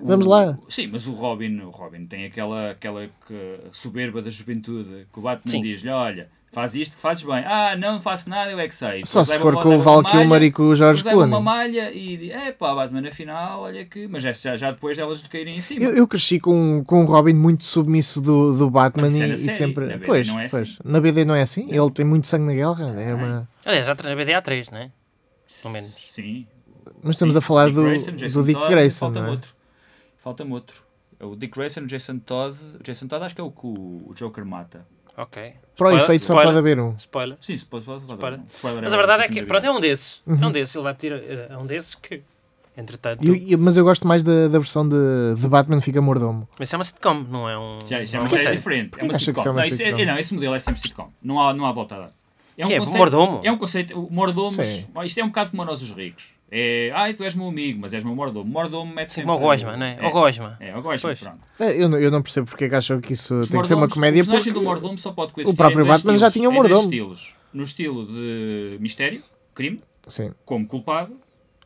O-
Vamos lá.
Sim, mas o Robin, o Robin tem aquela, aquela que- soberba da juventude que o Batman
Sim.
diz-lhe: olha, faz isto que fazes bem. Ah, não faço nada, eu é que sei.
Só
Depois
se
leva
for
uma-
com o
leva
Val
uma malha,
Kilmer e com o George
depois leva uma
Clooney.
malha e diz: é pá, Batman, afinal, olha que. Mas é já, já depois delas lhe caírem em cima.
Eu, eu cresci com, com o Robin muito submisso do, do Batman
Mas isso
e,
é na
e
série,
sempre.
na BD
pois,
não é
pois.
assim.
Na BD não é assim? Ele tem muito sangue na guerra. É uma...
Aliás, já traz a BDA 3, não é? Pelo menos.
Sim.
Mas estamos
Sim,
a falar
Dick
do,
Grayson, Jason
do Dick
Todd,
Grayson.
Falta-me
não é?
outro. Falta-me outro. É O Dick Grayson, o Jason Todd. O Jason Todd acho que é o que o Joker mata.
Ok.
Para o
Spoiler,
efeito só
spoiler,
pode haver um.
Spoiler.
Sim, se pode, pode, pode.
Para.
Spoiler
Mas a verdade é
assim
que,
da
pronto, é
vida.
um desses. É
Uhum.
um desses. Ele vai pedir a, a um desses que, entretanto...
E eu- e- mas eu gosto mais da, da versão de, de Batman fica mordomo.
Mas isso é uma sitcom, não é um...
Já, isso é
não
uma série diferente. É uma
acha que
sitcom.
isso é uma
Não, isso é-
sitcom?
não, esse modelo é sempre sitcom. Não há, não há volta a dar. É
Que é,
conceito-
mordomo?
É um conceito. o Mordomos.
Sim.
oh, Isto é um bocado como nós os ricos. É, ai, tu és meu amigo, mas és meu mordomo. Mordomo mete sempre.
Como o Gosma, não é? O Gosma.
É, o Gosma,
Pois.
pronto.
É, Eu, não- eu não percebo porque é que acham que isso
Os
tem que ser uma
mordomos-
comédia.
O personagem
Porque...
do mordomo só pode coexistir.
próprio
em dois
Batman já tinha
estilos,
um
em dois
mordomo.
estilos. No estilo de mistério, crime,
Sim.
como culpado,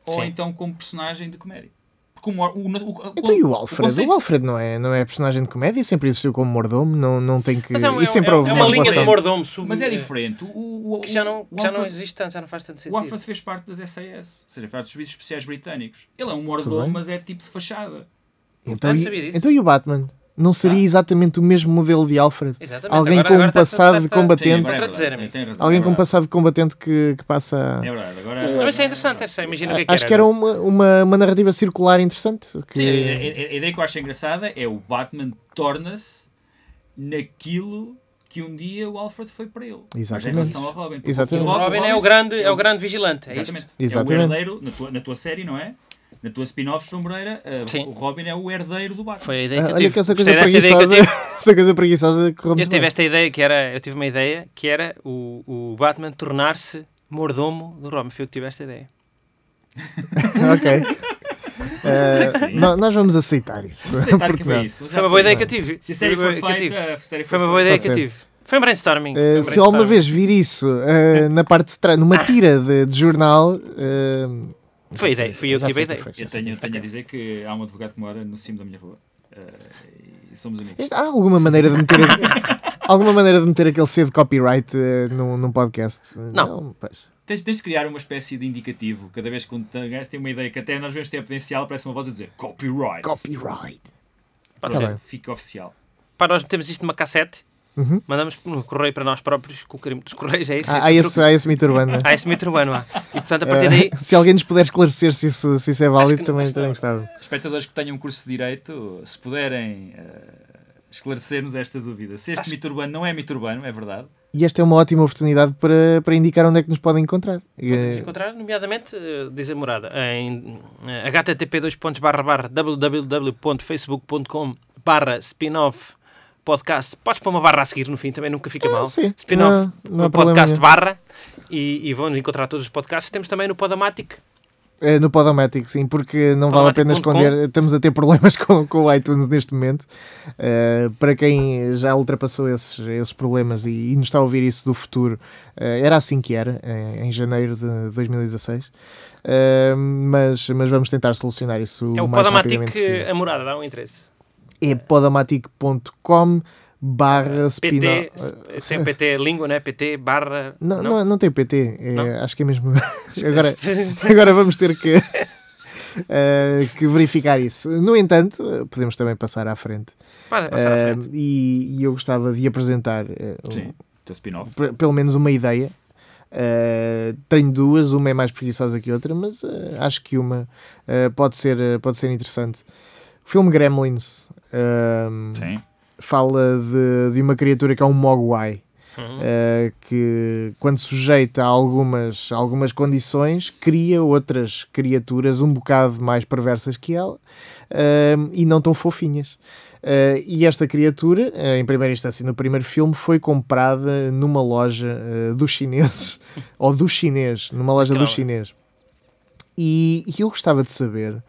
ou
Sim.
então como personagem de comédia. como o, o, o,
Então e o
o
Alfredo?
conceito-
O Alfredo não é, não é personagem de comédia, sempre existiu como mordomo, não, não tem que.
Mas é, um-
e
é, um-
sempre
é
houve
uma
uma
linha de
relação.
mordomo sub...
Mas é diferente. O, o, o,
Que já não,
o
que já não
Alfred-
existe tanto, já não faz tanto
O
sentido.
Alfred fez parte das SAS, ou seja, faz dos serviços especiais britânicos. Ele é um mordomo,
bem.
mas é tipo de fachada.
Então,
não
e-
sabia disso.
então e o Batman? Não seria
Ah.
exatamente o mesmo modelo de Alfred?
Exatamente.
Alguém
Agora-
com
agora
um
está-
passado
está-
de
está-
combatente.
Sim, agora- Contradizer-me.
é tem razão,
Alguém
é
com um
verdade.
passado de combatente que, que passa.
É verdade, agora.
Ah, Mas é interessante, é interessante. Imagina o que é é- que
Acho que era uma, uma, uma narrativa circular interessante. que-
Sim, a, a- a ideia que eu acho engraçada é o Batman torna-se naquilo que um dia o Alfred foi para ele. Mas em
Exatamente.
relação ao Robin. porque
Exatamente.
O Robin é o grande, é o grande vigilante, é isto?
Exatamente.
Exatamente.
É o herdeiro, na tua, na tua série, não é? Na tua spin-off, Sombreira, eh,
Sim.
o Robin é o herdeiro do Batman.
Foi a ideia
Ah,
que eu
Olha
tive.
que essa coisa
Gostei dessa ideia que eu
preguiçosa.
tive.
Essa coisa preguiçosa correu
Eu
muito
tive
bem.
esta ideia que era, eu tive uma ideia que era o, o Batman tornar-se mordomo do Robin. Fui eu que tive esta ideia.
Ok. Eh,
Sim.
no- nós vamos aceitar isso.
Você está
Porque
que foi
não?
isso. Você
Foi uma
já
boa
foi.
ideia que eu tive.
Se a série
Foi uma
for
boa ideia que eu tive.
feita, a série
Foi uma boa ideia que eu
Pode
tive. Foi um brainstorming. Foi um
Eh, se
brainstorming.
alguma vez vir isso eh, na parte de trás, numa tira de, de jornal. eh,
Foi
já
ideia,
sei-
fui eu
já
que tive
sei
a ideia.
foi, já
Eu
sei
tenho, eu
quem foi.
tenho a dizer que há um advogado que mora no cimo da minha rua. Eh, e somos amigos.
Isto- Há alguma maneira de meter. alguma maneira de meter aquele C de copyright eh, num, num podcast? pois.
Tens, tens de criar uma espécie de indicativo. Cada vez que um gajo tem uma ideia que até nós vemos que tem potencial, parece uma voz a dizer copyright.
Copyright.
Pode
Tá
ser.
bem.
Fica oficial.
Pá, nós metemos isto numa cassete,
Uhum.
mandamos no correio para nós próprios, com o crime dos correios, é isso?
Há, há
esse o
esse,
truque.
há esse mito urbano. né?
Há esse mito urbano, há. E portanto, a partir daí,
Eh, se alguém nos puder esclarecer se isso, se isso é válido,
que-
também,
acho que
também
não.
gostava.
Espectadores que tenham um curso de Direito, se puderem eh, esclarecer-nos esta dúvida. Se este mito urbano não é mito urbano, é verdade.
E esta é uma ótima oportunidade para, para indicar onde é que nos podem encontrar.
podemos
Eh,
encontrar, nomeadamente, eh, diz a morada, em eh, http://www.facebook.com barra spin-off podcast. Podes pôr uma barra a seguir no fim, também nunca fica mal.
Ah, sim,
Spin-off,
não- não há problema
podcast
nenhum.
barra. E, e vão encontrar todos os podcasts. Temos também no Podomatic,
Eh, no Podomatic, sim, porque não vale a pena esconder. Estamos a ter problemas com, com o iTunes neste momento. Eh, para quem já ultrapassou esses, esses problemas e, e nos está a ouvir isso do futuro, eh, era assim que era, eh, em janeiro de 2016. Eh, mas, mas vamos tentar solucionar isso
é o
o mais
Podomatic
rapidamente possível.
eh, a morada, dá um interesse.
É podomatic.com barra spin-
PT, sem PT língua, né? PT barra.
Não, não. não tem PT, é,
Não?
acho que é mesmo. agora, agora vamos ter que, eh, que verificar isso. No entanto, eh, podemos também passar à frente.
Para passar à
Eh,
frente.
e, e eu gostava de apresentar eh, um-
Sim. O teu spin-off.
pe- pelo menos uma ideia. Eh, tenho duas, uma é mais preguiçosa que a outra, mas eh, acho que uma eh, pode, ser, eh, pode ser interessante. O filme Gremlins ehm,
Sim.
fala de, de uma criatura que é um Mogwai.
Uhum.
Uh, que quando sujeita a algumas, a algumas condições cria outras criaturas um bocado mais perversas que ela um, e não tão fofinhas. Uh, e esta criatura, uh, em primeira instância, no primeiro filme, foi comprada numa loja uh, dos chineses, ou do chinês, numa loja do
Aquela-
chinês. E, e eu gostava de saber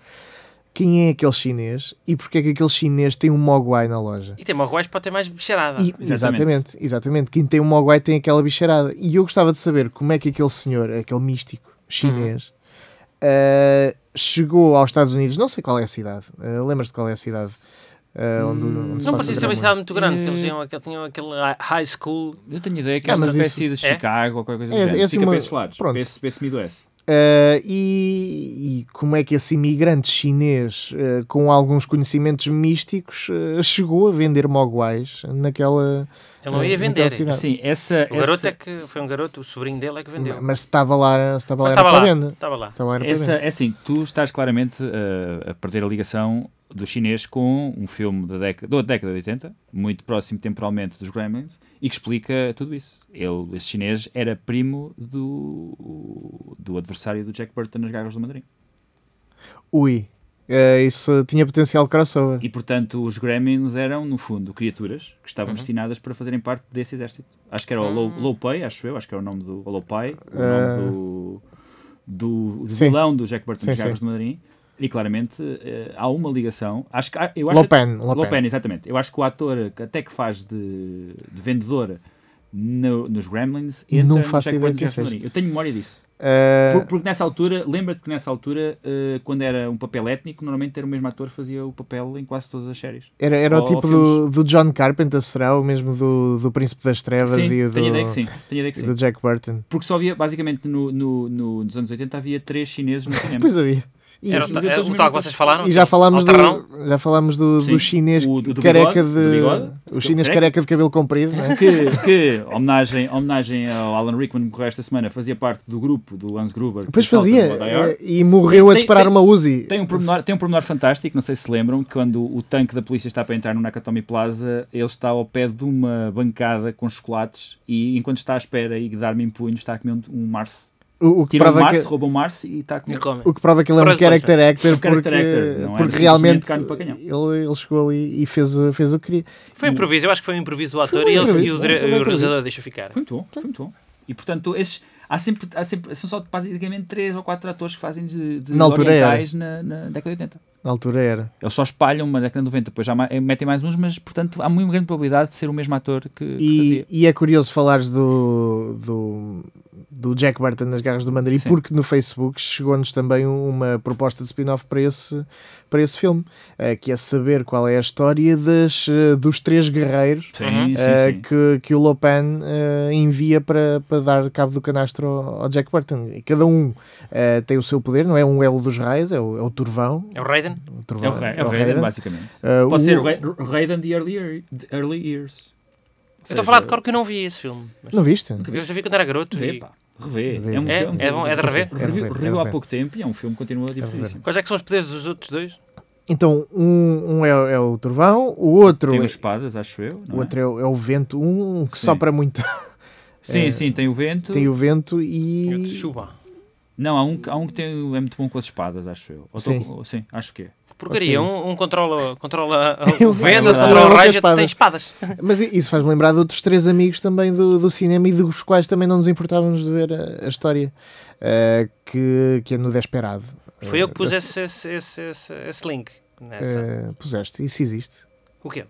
quem é aquele chinês e porque é que aquele chinês tem um Mogwai na loja.
E tem Morroais pode ter mais bicharada.
E-
Exatamente.
exatamente, exatamente. Quem tem um Mogwai tem aquela bicharada. E eu gostava de saber como é que aquele senhor, aquele místico chinês, eh, chegou aos Estados Unidos. Não sei qual é a cidade. Eh, Lembras-te qual é a cidade? eh, onde, onde se
Hum, Não
passa
precisa ser uma
Gremlins?
cidade muito grande, porque
Eh,
eles tinham aquele, tinham aquele hi- high school.
Eu tenho a ideia que
Ah,
é uma
mas
espécie de
É?
Chicago ou qualquer coisa
É,
do género.
esse
Fica
uma-
para esses lados.
pronto.
Para esse, para esse Midwest.
Eh, e, e como é que esse imigrante chinês eh, com alguns conhecimentos místicos eh, chegou a vender Mogwais naquela.
Ele não ia
eh,
vender.
naquela cidade?
Sim, essa...
O garoto
essa-
é que foi um garoto, o sobrinho dele é que vendeu.
Mas estava lá, estava lá,
Mas
era
estava
para
lá.
venda.
Estava lá.
Estava lá era para
Essa,
venda.
é assim, tu estás claramente uh, a perder a ligação do chinês com um filme da década, da década de 80, muito próximo temporalmente dos Gremlins, e que explica tudo isso. Ele, esse chinês era primo do, do adversário do Jack Burton nas garras do Mandarim.
Ui, eh, isso tinha potencial de crossover.
E, portanto, os Gremlins eram, no fundo, criaturas que estavam destinadas para fazerem parte desse exército. Acho que era o Low, Pai, acho eu, acho que era o nome do Low Pai, o
Ah.
nome do, do, do
Sim.
vilão do Jack Burton
Sim,
dos Jogos
sim.
de Madrid. E claramente eh, há uma ligação. Acho que há- eu acho
Lopen,
Lopen,
Lopen.
exatamente. Eu acho que o ator que até que faz de, de vendedor no- nos Gremlins
Não
entra no
faço
Jack
ideia
Burton
quem
dos Jogos de
seja.
Madrid. Eu tenho memória disso.
Eh,
Por- Porque nessa altura, lembra-te que nessa altura, eh, quando era um papel étnico, normalmente era o mesmo ator que fazia o papel em quase todas as séries.
era era o
Ou
tipo do,
Oh, filmes.
do John Carpenter, será? O mesmo do, do Príncipe das Trevas
sim,
e o do,
tenho ideia que sim. Tenho ideia que
e
sim.
do Jack Burton.
Porque só havia, basicamente, no, no- no- nos anos 80 havia três chineses no cinema.
Pois é. havia. E,
Era
os
o, ta-
atores
é o
mesmo
tal que
atores.
vocês falaram?
e já falámos
Altarrão?
do, já falámos do,
Sim,
do chinês
o do- do
careca
bigode, do bigode,
de. O chinês
careca.
careca de cabelo comprido, não é?
que, que, homenagem, homenagem ao Alan Rickman que morreu esta semana, fazia parte do grupo do Hans Gruber. que
Depois
salta
fazia
no Odd Hour.
eh, e morreu a
Tem-
disparar
tem-
uma Uzi.
Tem um, pormenor, tem um pormenor fantástico, não sei se lembram, que quando o tanque da polícia está para entrar no Nakatomi Plaza, ele está ao pé de uma bancada com chocolates e enquanto está à espera e dar-me em punho, está a comer um, um Mars.
O, o que
Tira um
prova que,
Mars, rouba um Mars e está a comer.
Não come.
o que prova que ele é um
Parece
character actor,
Um character
porque,
actor, não era
porque
simplesmente
realmente
carne para canhão.
ele, ele chegou ali e fez, o- fez o que queria.
Foi um
E-
improviso, eu acho que foi um improviso do
Foi um
ator e, ele- e
improviso,
o, dire-
foi um
e o
improviso.
realizador deixa ficar.
Foi muito bom, foi muito bom. E portanto, esses, há, sempre, há sempre, são só basicamente três ou quatro atores que fazem de, de
Na altura era.
orientais na, na década de 80.
Na altura era.
Eles só espalham uma década de 90, depois já ma- metem mais uns, mas portanto há muito grande probabilidade de ser o mesmo ator que, que
E,
fazia.
e é curioso falares do, do, do Jack Burton nas garras do Mandarim,
Sim.
porque no Facebook chegou-nos também um, uma proposta de spin-off para esse, para esse filme, eh, que é saber qual é a história das, eh, dos três guerreiros
Sim,
Uhum.
Ah,
eh, que, que o Lopan eh, envia para, para dar cabo do canastro ao, ao Jack Burton. E Cada um eh, tem o seu poder, não é? Um é o dos raios, é o, é o Turvão.
É o Raiden?
o Turvão,
É o, Ra- é o Raiden,
Raiden.
basicamente.
Eh,
Pode
o-
ser o Ra- o Raiden de Early, year- de early Years.
Eu estou a falar de cor que eu não vi esse filme. Mas
Não viste?
eu já vi quando era garoto.
Revê,
E...
pá. Revê.
Revê.
um
É?
filme-
É bom? É de rever?
É de rever,
Reviu,
é de
reviu há
rever.
pouco tempo e é um filme que continua divertidíssimo.
Quais é que são os poderes dos outros dois?
Então, um, um é, é o Turvão, o outro,
Tem
é,
umas espadas, acho eu.
o
Não é?
outro é, o- é o Vento, um que
Sim.
sopra muito.
Sim,
é-
sim, tem o vento.
tem o Vento
É
E o de
e.
Chuba.
Não, há um, que- há um que tem, é muito bom com as espadas, acho eu. Ou tô-
Sim.
ou- sim, acho que é.
Porcaria,
Pode ser
um, um controla, controla
É
o vento, outro
verdade.
controla
É
o raio, outro
espada.
tem espadas.
Mas i- isso faz-me lembrar de outros três amigos também do, do cinema e dos quais também não nos importávamos de ver a, a história, eh, que, que é no Desperado.
Foi eu que pus
Eh,
esse, esse, esse, esse, esse link nessa.
eh, puseste, isso existe.
O quê?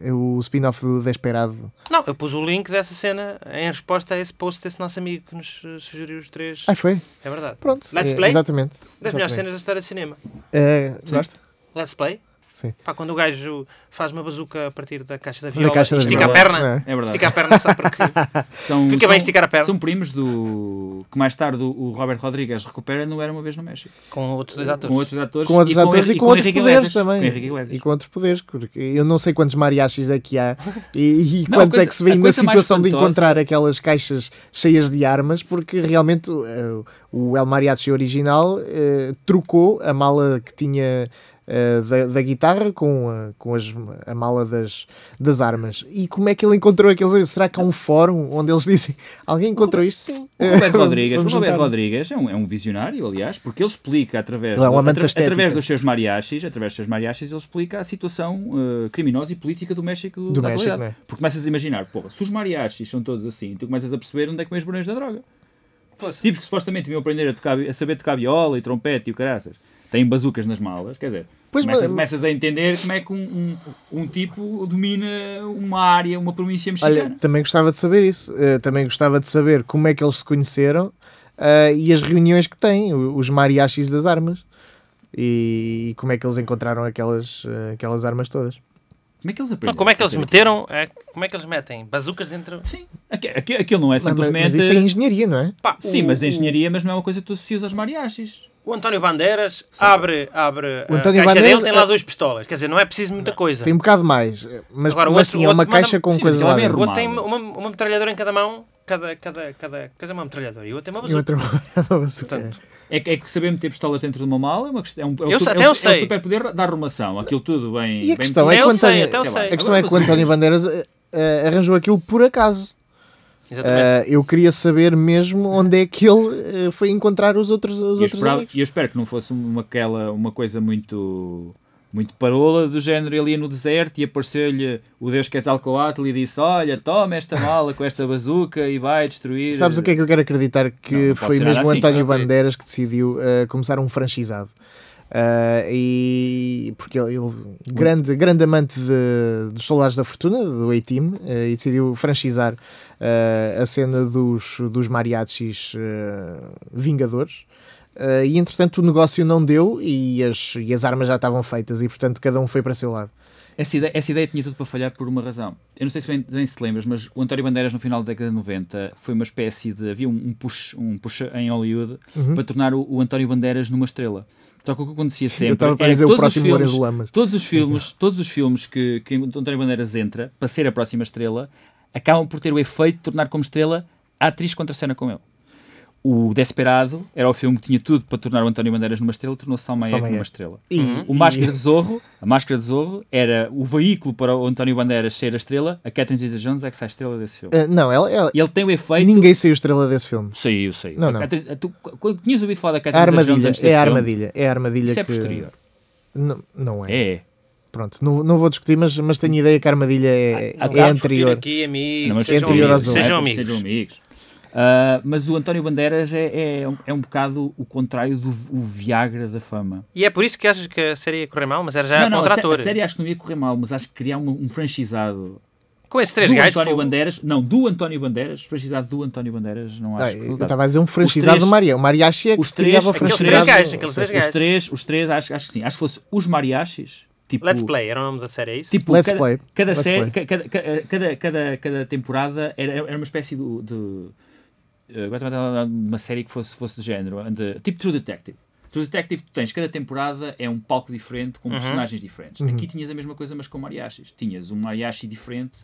É o spin-off do Desperado.
Não, eu pus o link dessa cena em resposta a esse post desse nosso amigo que nos eh, sugeriu os três.
Ah, foi?
É verdade.
Pronto.
Let's
Eh,
Play?
Exatamente.
Das melhores
exatamente.
cenas da história do cinema.
Eh,
Sim.
gosta?
Let's play.
Sim.
Pá, quando o gajo faz uma bazuca a partir da caixa da
Da
viola,
caixa
e
das
estica a
Violas,
perna.
não é?
É verdade.
Estica a perna só porque
São,
fica bem
são-
esticar a perna.
São primos do. que mais tarde o- o Robert Rodrigues recupera no Era uma Vez no México.
Com outros dois
Com
atores.
outros atores
com outros atores
Henri-
e com outros
Henrique
poderes
Iglesias.
também.
Com Henrique Iglesias.
E com outros poderes, porque eu não sei quantos mariachis é que há e, e
Não,
quantos
a
é
coisa-
que se vê
a
na
coisa mais
situação de
espantosa-
encontrar aquelas caixas cheias de armas, porque realmente eh, o El Mariachi original eh, trocou a mala que tinha eh, da, da guitarra com, a, com as, a mala das, das armas. E como é que ele encontrou aqueles? Será que há um fórum onde eles dizem alguém encontrou isto? Sim.
O Roberto
Vamos-
Rodrigues,
vamos
o Roberto
juntar.
Rodrigues é, um, é um visionário, aliás, porque ele explica através,
Ele é um
do-
amante da
atra-
estética.
através dos seus mariachis, através dos seus mariachis, ele explica a situação eh, criminosa e política do México
Do
da
México,
atualidade.
né?
Porque começas a imaginar, porra, se os mariachis são todos assim, tu começas a perceber onde é que vêm os barões da droga.
Pois.
Tipos que supostamente iam aprender a, tocar, a saber tocar viola e trompete e o caraças. Têm bazucas nas malas, quer dizer,
Pois,
começas,
mas-
começas a entender como é que um, um, um tipo domina uma área, uma província mexicana.
Olha, também gostava de saber isso. Eh, também gostava de saber como é que eles se conheceram eh, e as reuniões que têm, o- os mariachis das armas. E, e como é que eles encontraram aquelas, eh, aquelas armas todas.
Como é que eles aprendem?
Não, como é que
a
eles
fazer
meteram? é, como é que eles metem bazucas dentro?
Sim, aqui- aqui- aquilo não é
Mas- mas-
simplesmente.
Mas isso é engenharia, não é?
Pá,
Sim,
o-
mas a engenharia, mas não é uma coisa que tu associas aos mariachis.
O, o António Bandeiras abre, abre
O
a
António
caixa
Bandeiras-
dele, tem lá duas pistolas. Quer dizer, não é preciso muita coisa.
Tem um bocado mais. eh, Mas,
Agora, o
mas
outro-
sim, é
o
uma
outro manda-
caixa com
Sim, mas
coisas
aquilo é
lá
bem
O
dentro.
outro
arrumado.
tem uma, uma metralhadora em cada mão, cada, cada, cada coisa é uma metralhadora e o outro é uma
E
bazuca.
outra uma bazuca.
Portanto,
É, que- é que saber meter pistolas dentro de uma mala é uma questão. É um, é o
Eu
su-
sei-
é o
até
su-
eu
É o
sei.
superpoder da arrumação. Aquilo tudo bem.
E a
bem-
questão
até
é que o
eu sei,
António-
até eu
Sei lá.
sei.
A questão é que o
Agora, mas-
António Bandeiras eh, eh, arranjou aquilo por acaso.
Exatamente.
Eh, eu queria saber mesmo onde é que ele eh, foi encontrar os outros, os
E eu,
outros
esperava-
amigos.
e eu espero que não fosse uma, aquela, uma coisa muito. Muito parola do género, ele ia no deserto e apareceu-lhe o Deus Quetzalcoatl e disse: Olha, toma esta mala com esta bazuca e vai destruir.
Sabes o que é que eu quero acreditar? Que
Não, não pode
foi
ser
mesmo
nada
o
assim,
António
não acredito.
Bandeiras que decidiu eh, começar um franchisado. Ah, e porque ele, ele- grande, grande amante de- dos soldados da fortuna, do A-Team, eh, e decidiu franchizar eh, a cena dos, dos mariachis eh, vingadores. Eh, e entretanto o negócio não deu e as, e as armas já estavam feitas e portanto cada um foi para o seu lado.
Essa ideia, essa ideia tinha tudo para falhar por uma razão. Eu não sei se bem, bem se lembras, mas o António Bandeiras, no final da década de 90, foi uma espécie de. Havia um um push, um push em Hollywood
Uhum.
para tornar o, o António Bandeiras numa estrela. Só que o que acontecia sempre.
estava para
era
dizer o
que todos os
próximo Lourenço
filmes-
Lamas.
Todos os filmes, todos os filmes que, que o António Bandeiras entra para ser a próxima estrela acabam por ter o efeito de tornar como estrela a atriz contra a cena com ele. O Desperado era o filme que tinha tudo para tornar o António Bandeiras numa estrela, tornou-se Salmaek
Salma
numa
Hayek.
estrela.
E,
Uhum. O Máscara de Zorro, a Máscara de Zorro era o veículo para o António Bandeiras ser a estrela, a Catherine Zeta-Jones é que sai a estrela desse filme.
eh, não, ela, ela-
E ele tem o efeito...
ninguém saiu estrela desse filme.
Saiu, saiu.
Não,
A
não.
Catherine- a tu- qu- tinhas ouvido falar da
A
Catherine Zeta-Jones
armadilha,
antes desse
é a
filme?
armadilha, é a armadilha
Isso é
que-
posterior.
Não, não é.
É.
Pronto, não, não vou discutir, mas, mas tenho ideia que a armadilha é,
Não
é
vamos discutir
anterior.
Aqui, amigos,
é Não, mas
sejam,
anterior
amigos,
ao Zorro.
sejam
É,
amigos.
Sejam amigos. Ah, mas o António Bandeiras é, é, um, é um bocado o contrário do o Viagra da fama.
E é por isso que achas que a série ia correr mal, mas era já
não, não, a, sé-
É contrator.
a série acho que não ia correr mal, mas acho que criar um, um franchizado
Com esses três
do
gajos.
é- António
fogo.
Bandeiras, não, do António Bandeiras, franchizado do António Bandeiras, não acho
Ah,
que
eu
dá.
estava a dizer um
Os
franchizado
três-
do Maria. O Mariachi é que
os três-
criava o
aqueles três
franchizado.
gajos, aqueles três
Os
gajos.
três, os três acho, acho que sim. Acho que fosse os mariachis. Tipo,
Let's Play, era o nome da série, é isso?
Tipo,
Let's
cada,
Play.
Cada,
Let's
série, ca- Cada, ca- cada, cada, cada temporada era, era uma espécie do- de. eh, Agora estava a lembrar de uma série que fosse, fosse do género. de- tipo True Detective. True Detective, tu tens cada temporada é um palco diferente,
Uhum.
com personagens diferentes.
Uhum.
Aqui tinhas a mesma coisa, mas com mariachis. Tinhas um mariachi diferente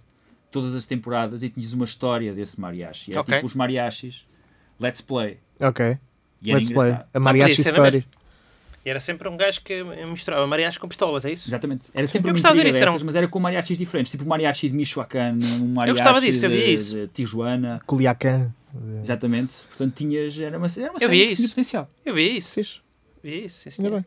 todas as temporadas e tinhas uma história desse mariachi. Era
Ok.
tipo os mariachis. Let's Play.
Ok,
E era
let's play.
engraçado.
A Mariachi
podia ser,
Story.
E era sempre um gajo que misturava mariachi com pistolas, é isso?
Exatamente. Era sempre
Eu
uma
gostava de
intriga
ver isso, era
dessas,
um-
mas era com mariachis diferentes. Tipo o mariachi de Michoacán, um mariachi
gostava disso,
de,
eu via isso.
de Tijuana.
Culiacan.
Exatamente. Portanto, tinhas... Era uma, era uma
Eu
série
via
que
isso.
tinha potencial.
Eu vi isso.
Fixe,
Vi isso, sim,
ainda
senhor.
bem.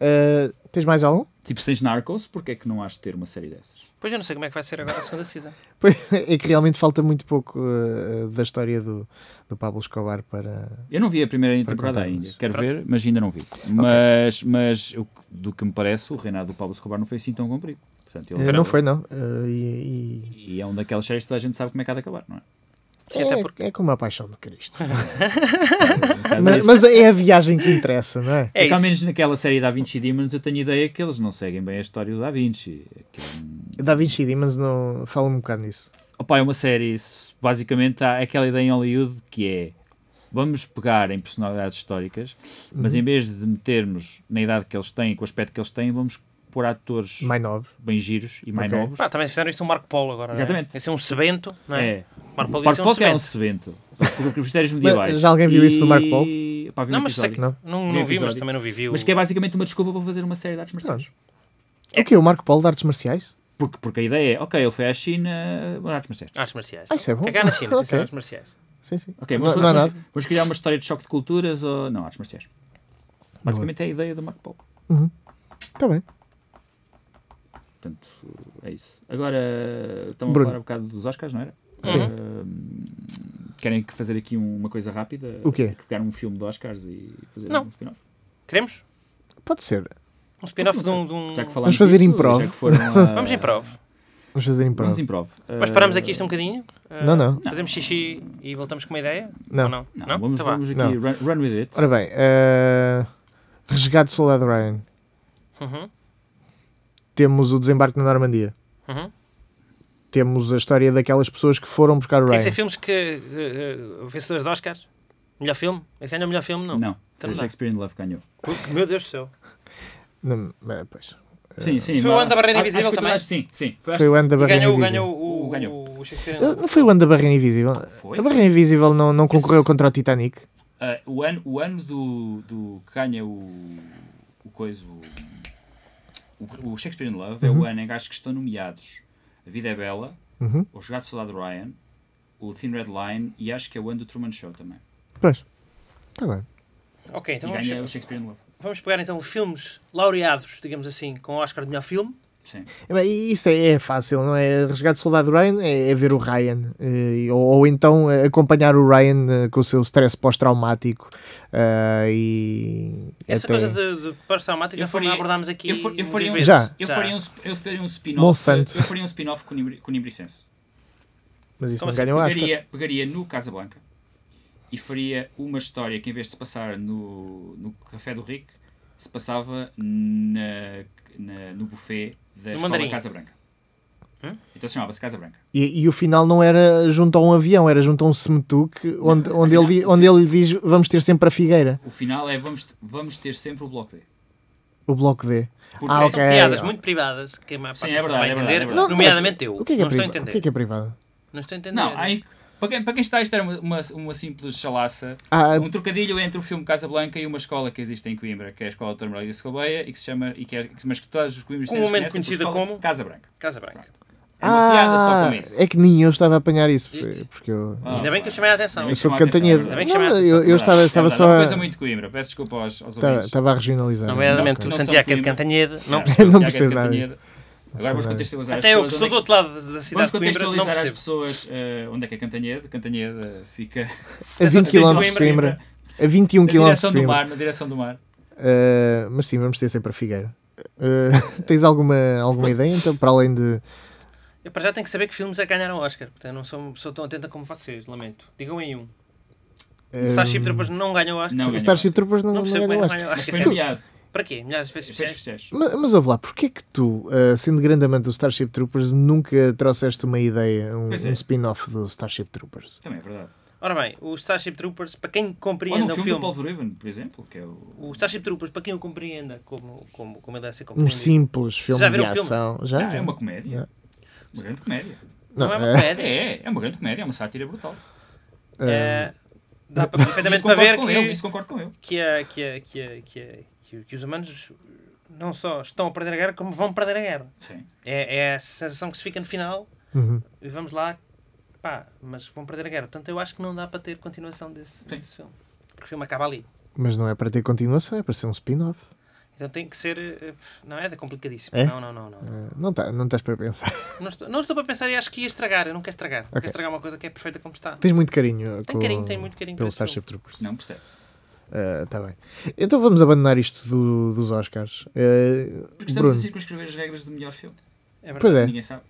Ah, tens mais algum?
Tipo, seis Narcos, porque é que não has de ter uma série dessas?
Pois eu não sei como é que vai ser agora a segunda season.
Pois, é que realmente falta muito pouco ah, da história do, do Pablo Escobar para.
Eu não vi a primeira temporada
contarmos.
ainda. Quero ver, mas ainda não vi. Mas, mas eu- do que me parece, o reinado do Pablo Escobar não foi assim tão comprido. Portanto, ele
Ah, não foi, não. Ah, e- e-
E é um daquelas séries que toda a gente sabe como é que há de acabar, não é?
Sim, até porque-
É, é como a paixão de Cristo.
Um bocado
mas,
isso.
mas é a viagem que interessa, não é?
É
É que, ao
isso.
menos naquela série Da Vinci Demons, eu tenho ideia que eles não seguem bem a história do Da Vinci. Que é um-
Da Vinci Demons não fala um bocado nisso.
Opa, é uma série, se- basicamente há aquela ideia em Hollywood que é vamos pegar em personalidades históricas, mas
Uhum.
em vez de metermos na idade que eles têm, com o aspecto que eles têm, vamos pôr atores
Mais nobre.
bem giros e mais
Ok.
novos.
Pá, também fizeram isto um Marco Polo agora.
Exatamente.
Não é? Esse é um sebento, não é?
É.
Marco Polo
Marco
disse um
Polo que é um
sebento.
sebento. Porque Mistérios Medievais.
já alguém viu isso do Marco Polo?
E- Pá, vi um
Não, mas sei
episódio.
que
Não.
não, não vi, mas
episódio.
também não vivi.
Mas que é basicamente uma desculpa para fazer uma série de artes marciais.
O que? O Marco Polo de artes marciais?
Porque, porque a ideia é, ok, ele foi à China, artes marciais.
Artes marciais.
Ah, isso é bom.
O que é que há na China?
Ok.
Isso é artes marciais.
Sim, sim.
Ok,
não,
mas
não há
vamos,
nada.
vamos criar uma história de choque de culturas ou. Não, artes marciais. Basicamente é a ideia do Marco Polo.
Está Tá bem.
Portanto, é isso. Agora, estamos
Bruno.
a falar um bocado dos Oscars, não era?
Sim.
Ah, querem que fazer aqui um- uma coisa rápida?
O quê?
Pegar um filme de Oscars e fazer
Não.
um spin-off?
Queremos?
Pode ser.
Um spin-off de um. de um-
Já que falámos
fazer
disso,
improv.
já que foram a-
Vamos em prova.
Vamos fazer em
Vamos
prova.
improv.
Mas
Ah,
paramos aqui isto um bocadinho. Ah,
Não, não.
Fazemos xixi e voltamos com uma ideia?
Não.
Ou não?
Não, vamos,
Então vá.
vamos aqui
Não.
Run, run with it.
Ora bem, eh, Resgate Soldado Ryan.
Uhum,
Temos o desembarque na Normandia.
uhum.
Temos a história daquelas pessoas que foram buscar o
Tem é que ser
Ryan.
filmes que. eh, eh, vencedores de Oscars? Melhor filme? É que ganha o melhor filme? Não.
não,
Então não.
Shakespeare in Love ganhou.
Porque, meu Deus do céu.
Não, eh, pois.
Sim, sim.
Isso foi o ano da Barreira
Acho- acho que
Invisível
foi
também?
toda- Sim, sim. Foi,
Foi o ano da
E
Barreira
ganhou,
Invisível.
ganhou o,
O ganhou.
o Shakespeare. in
Eh,
Love.
Não foi o ano da Barreira Invisível.
Foi?
A Barreira Invisível não, não concorreu contra o Titanic.
Ah, o ano, o ano do, do que ganha o, o coisa, o, o- o Shakespeare in Love é o ano em que acho que estão nomeados A Vida é Bela,
Uhum.
O Jogado Soldado Ryan, o Thin Red Line e acho que é o ano do Truman Show também.
Pois. Está Tá bem.
Ok, então
e ganha o
vamos,
Shakespeare in Love.
vamos pegar então filmes laureados, digamos assim, com o Oscar de melhor filme
Sim.
E Isso é, é fácil, não é? Resgate do Soldado Ryan é, é ver o Ryan, eh, ou, ou então eh, acompanhar o Ryan eh, com o seu stress pós-traumático. ah, e
Essa
até-
coisa de, de pós-traumática
Eu
foi
faria-
abordámos aqui.
Eu, for- eu faria um,
muitas
Já.
vezes.
eu faria um, sp- eu faria um spin-off.
Monsanto.
Eu faria um spin-off com o Nibri- com o Nibricense.
Mas isso
Como
não
assim?
ganha o Oscar.
Pegaria, pegaria no Casablanca e faria uma história que, em vez de se passar no, no Café do Rico, se passava na- na- no buffet da escola
Mandarim.
Casa Branca.
Hum?
Então se chamava-se Casa Branca.
E, e o final não era junto a um avião, era junto a um semetuque, onde, onde, ele, di- onde ele diz vamos ter sempre a Figueira,
O final é vamos, vamos ter sempre o bloco D.
o bloco D.
Porque
Ah,
São
ok.
piadas muito privadas que a maior
Sim,
parte
é
não
verdade,
vai
é verdade,
entender,
é verdade.
nomeadamente eu.
O que é que é,
não estou
privado?
a
O
entender.
que é, que é privado?
Não estou a entender.
Não, aí- para, quem, para quem está, isto era uma, uma, uma simples chalaça.
Ah,
Um trocadilho entre o filme Casablanca e uma escola que existe em Coimbra, que é a Escola de Maria de Escobeia, e que se chama, e que é, mas que todos os coimbras
Um momento conhecida como?
Casa Branca.
Casa Branca.
É uma piada só
ah,
com isso.
é que nem eu estava a apanhar isso,
Viste?
porque eu...
Ah,
Ainda bem que eu chamei a atenção.
Ainda
Eu
bem que
sou de
chamou a atenção, é
Cantanhede.
verdade.
Também
Não,
chamei a
eu-
atenção,
eu,
é
estava,
É
estava
verdade,
só.
É uma coisa muito Coimbra, peço desculpa aos, aos
Estava,
ouvintes.
estava a regionalizar.
Nomeadamente
Não
o
são
Santiago é de
Coimbra.
Cantanhede. Não
Não,
percebo.
Não
Santiago é de
percebo nada
Cantanhede. Agora vamos contextualizar
Até eu
as
que sou
pessoas.
do
onde é
outro lado da
que- Vamos
cidade de Coimbra, não
contextualizar as
percebo.
pessoas eh, onde é que é Cantanhede. Cantanhede eh, fica
A 20 km de
Coimbra,
Coimbra,
Coimbra.
a 21
na
km de
direção do
Coimbra.
mar, na direção do mar.
Ah, mas sim, vamos ter sempre a Figueira. Ah, tens alguma, alguma ideia então, para além de.
Eu para já tenho que saber que filmes é que ganharam Oscar. Portanto, eu não sou, sou tão atenta como vocês, lamento. Digam em um. O Starship Troopers não ganhou Oscar.
Não,
ah, Starship Troopers não,
Não
Hum. não,
percebo
ganham
como é que
Oscar.
ganhou
Mas foi
Oscar.
nomeado.
Para quê? Milhares de vezes
Fez
festejos?
festejos.
Ma- Mas ouve lá, porquê que tu, ah, sendo grande amante do Starship Troopers, nunca trouxeste uma ideia, um,
Pois é.
um spin-off do Starship Troopers?
Também é verdade.
Ora bem, o Starship Troopers, para quem
Ou num
compreenda
filme,
o
do
filme,
Paul Verhoeven, por exemplo, que é o...
o Starship Troopers, para quem o compreenda, como, como, como ele deve ser
Um
compreendido,
simples filme
Já
de
viram o filme?
ação. Já,
Ah, é
já.
uma comédia. Uma grande comédia.
não, é uma
ah,
comédia.
É, é uma grande comédia, é uma sátira brutal.
É, dá para, perfeitamente
Isso
para
concordo
ver
com ele, isso
que,
concordo com ele.
que, é, que, é, que, é, que, é, que, o- que os humanos não só estão a perder a guerra, como vão perder a guerra.
Sim.
É, é a sensação que se fica no final
uhum.
e vamos lá, pá, mas vão perder a guerra. Portanto, eu acho que não dá para ter continuação desse,
Sim.
desse filme. Porque o filme acaba ali.
Mas não é para ter continuação, é para ser um spin-off.
Então tem que ser. eh, pff, Não é? É complicadíssimo.
É?
Não, não, não. não.
Ah, Não, tá, não estás para pensar.
Não, estou, não estou para pensar e acho que ia estragar. Eu não quero estragar. Não
Ok.
quero estragar uma coisa que é perfeita como está.
Tens muito carinho.
Tem carinho, tem muito carinho por
Pelo
esse filme.
Starship Troopers.
Não percebe-se.
Ah, tá bem. Então vamos abandonar isto do- dos Oscars. Ah,
Porque estamos
Bruno,
a circunscrever as regras do melhor filme.
É verdade.
pois é.
Ninguém sabe.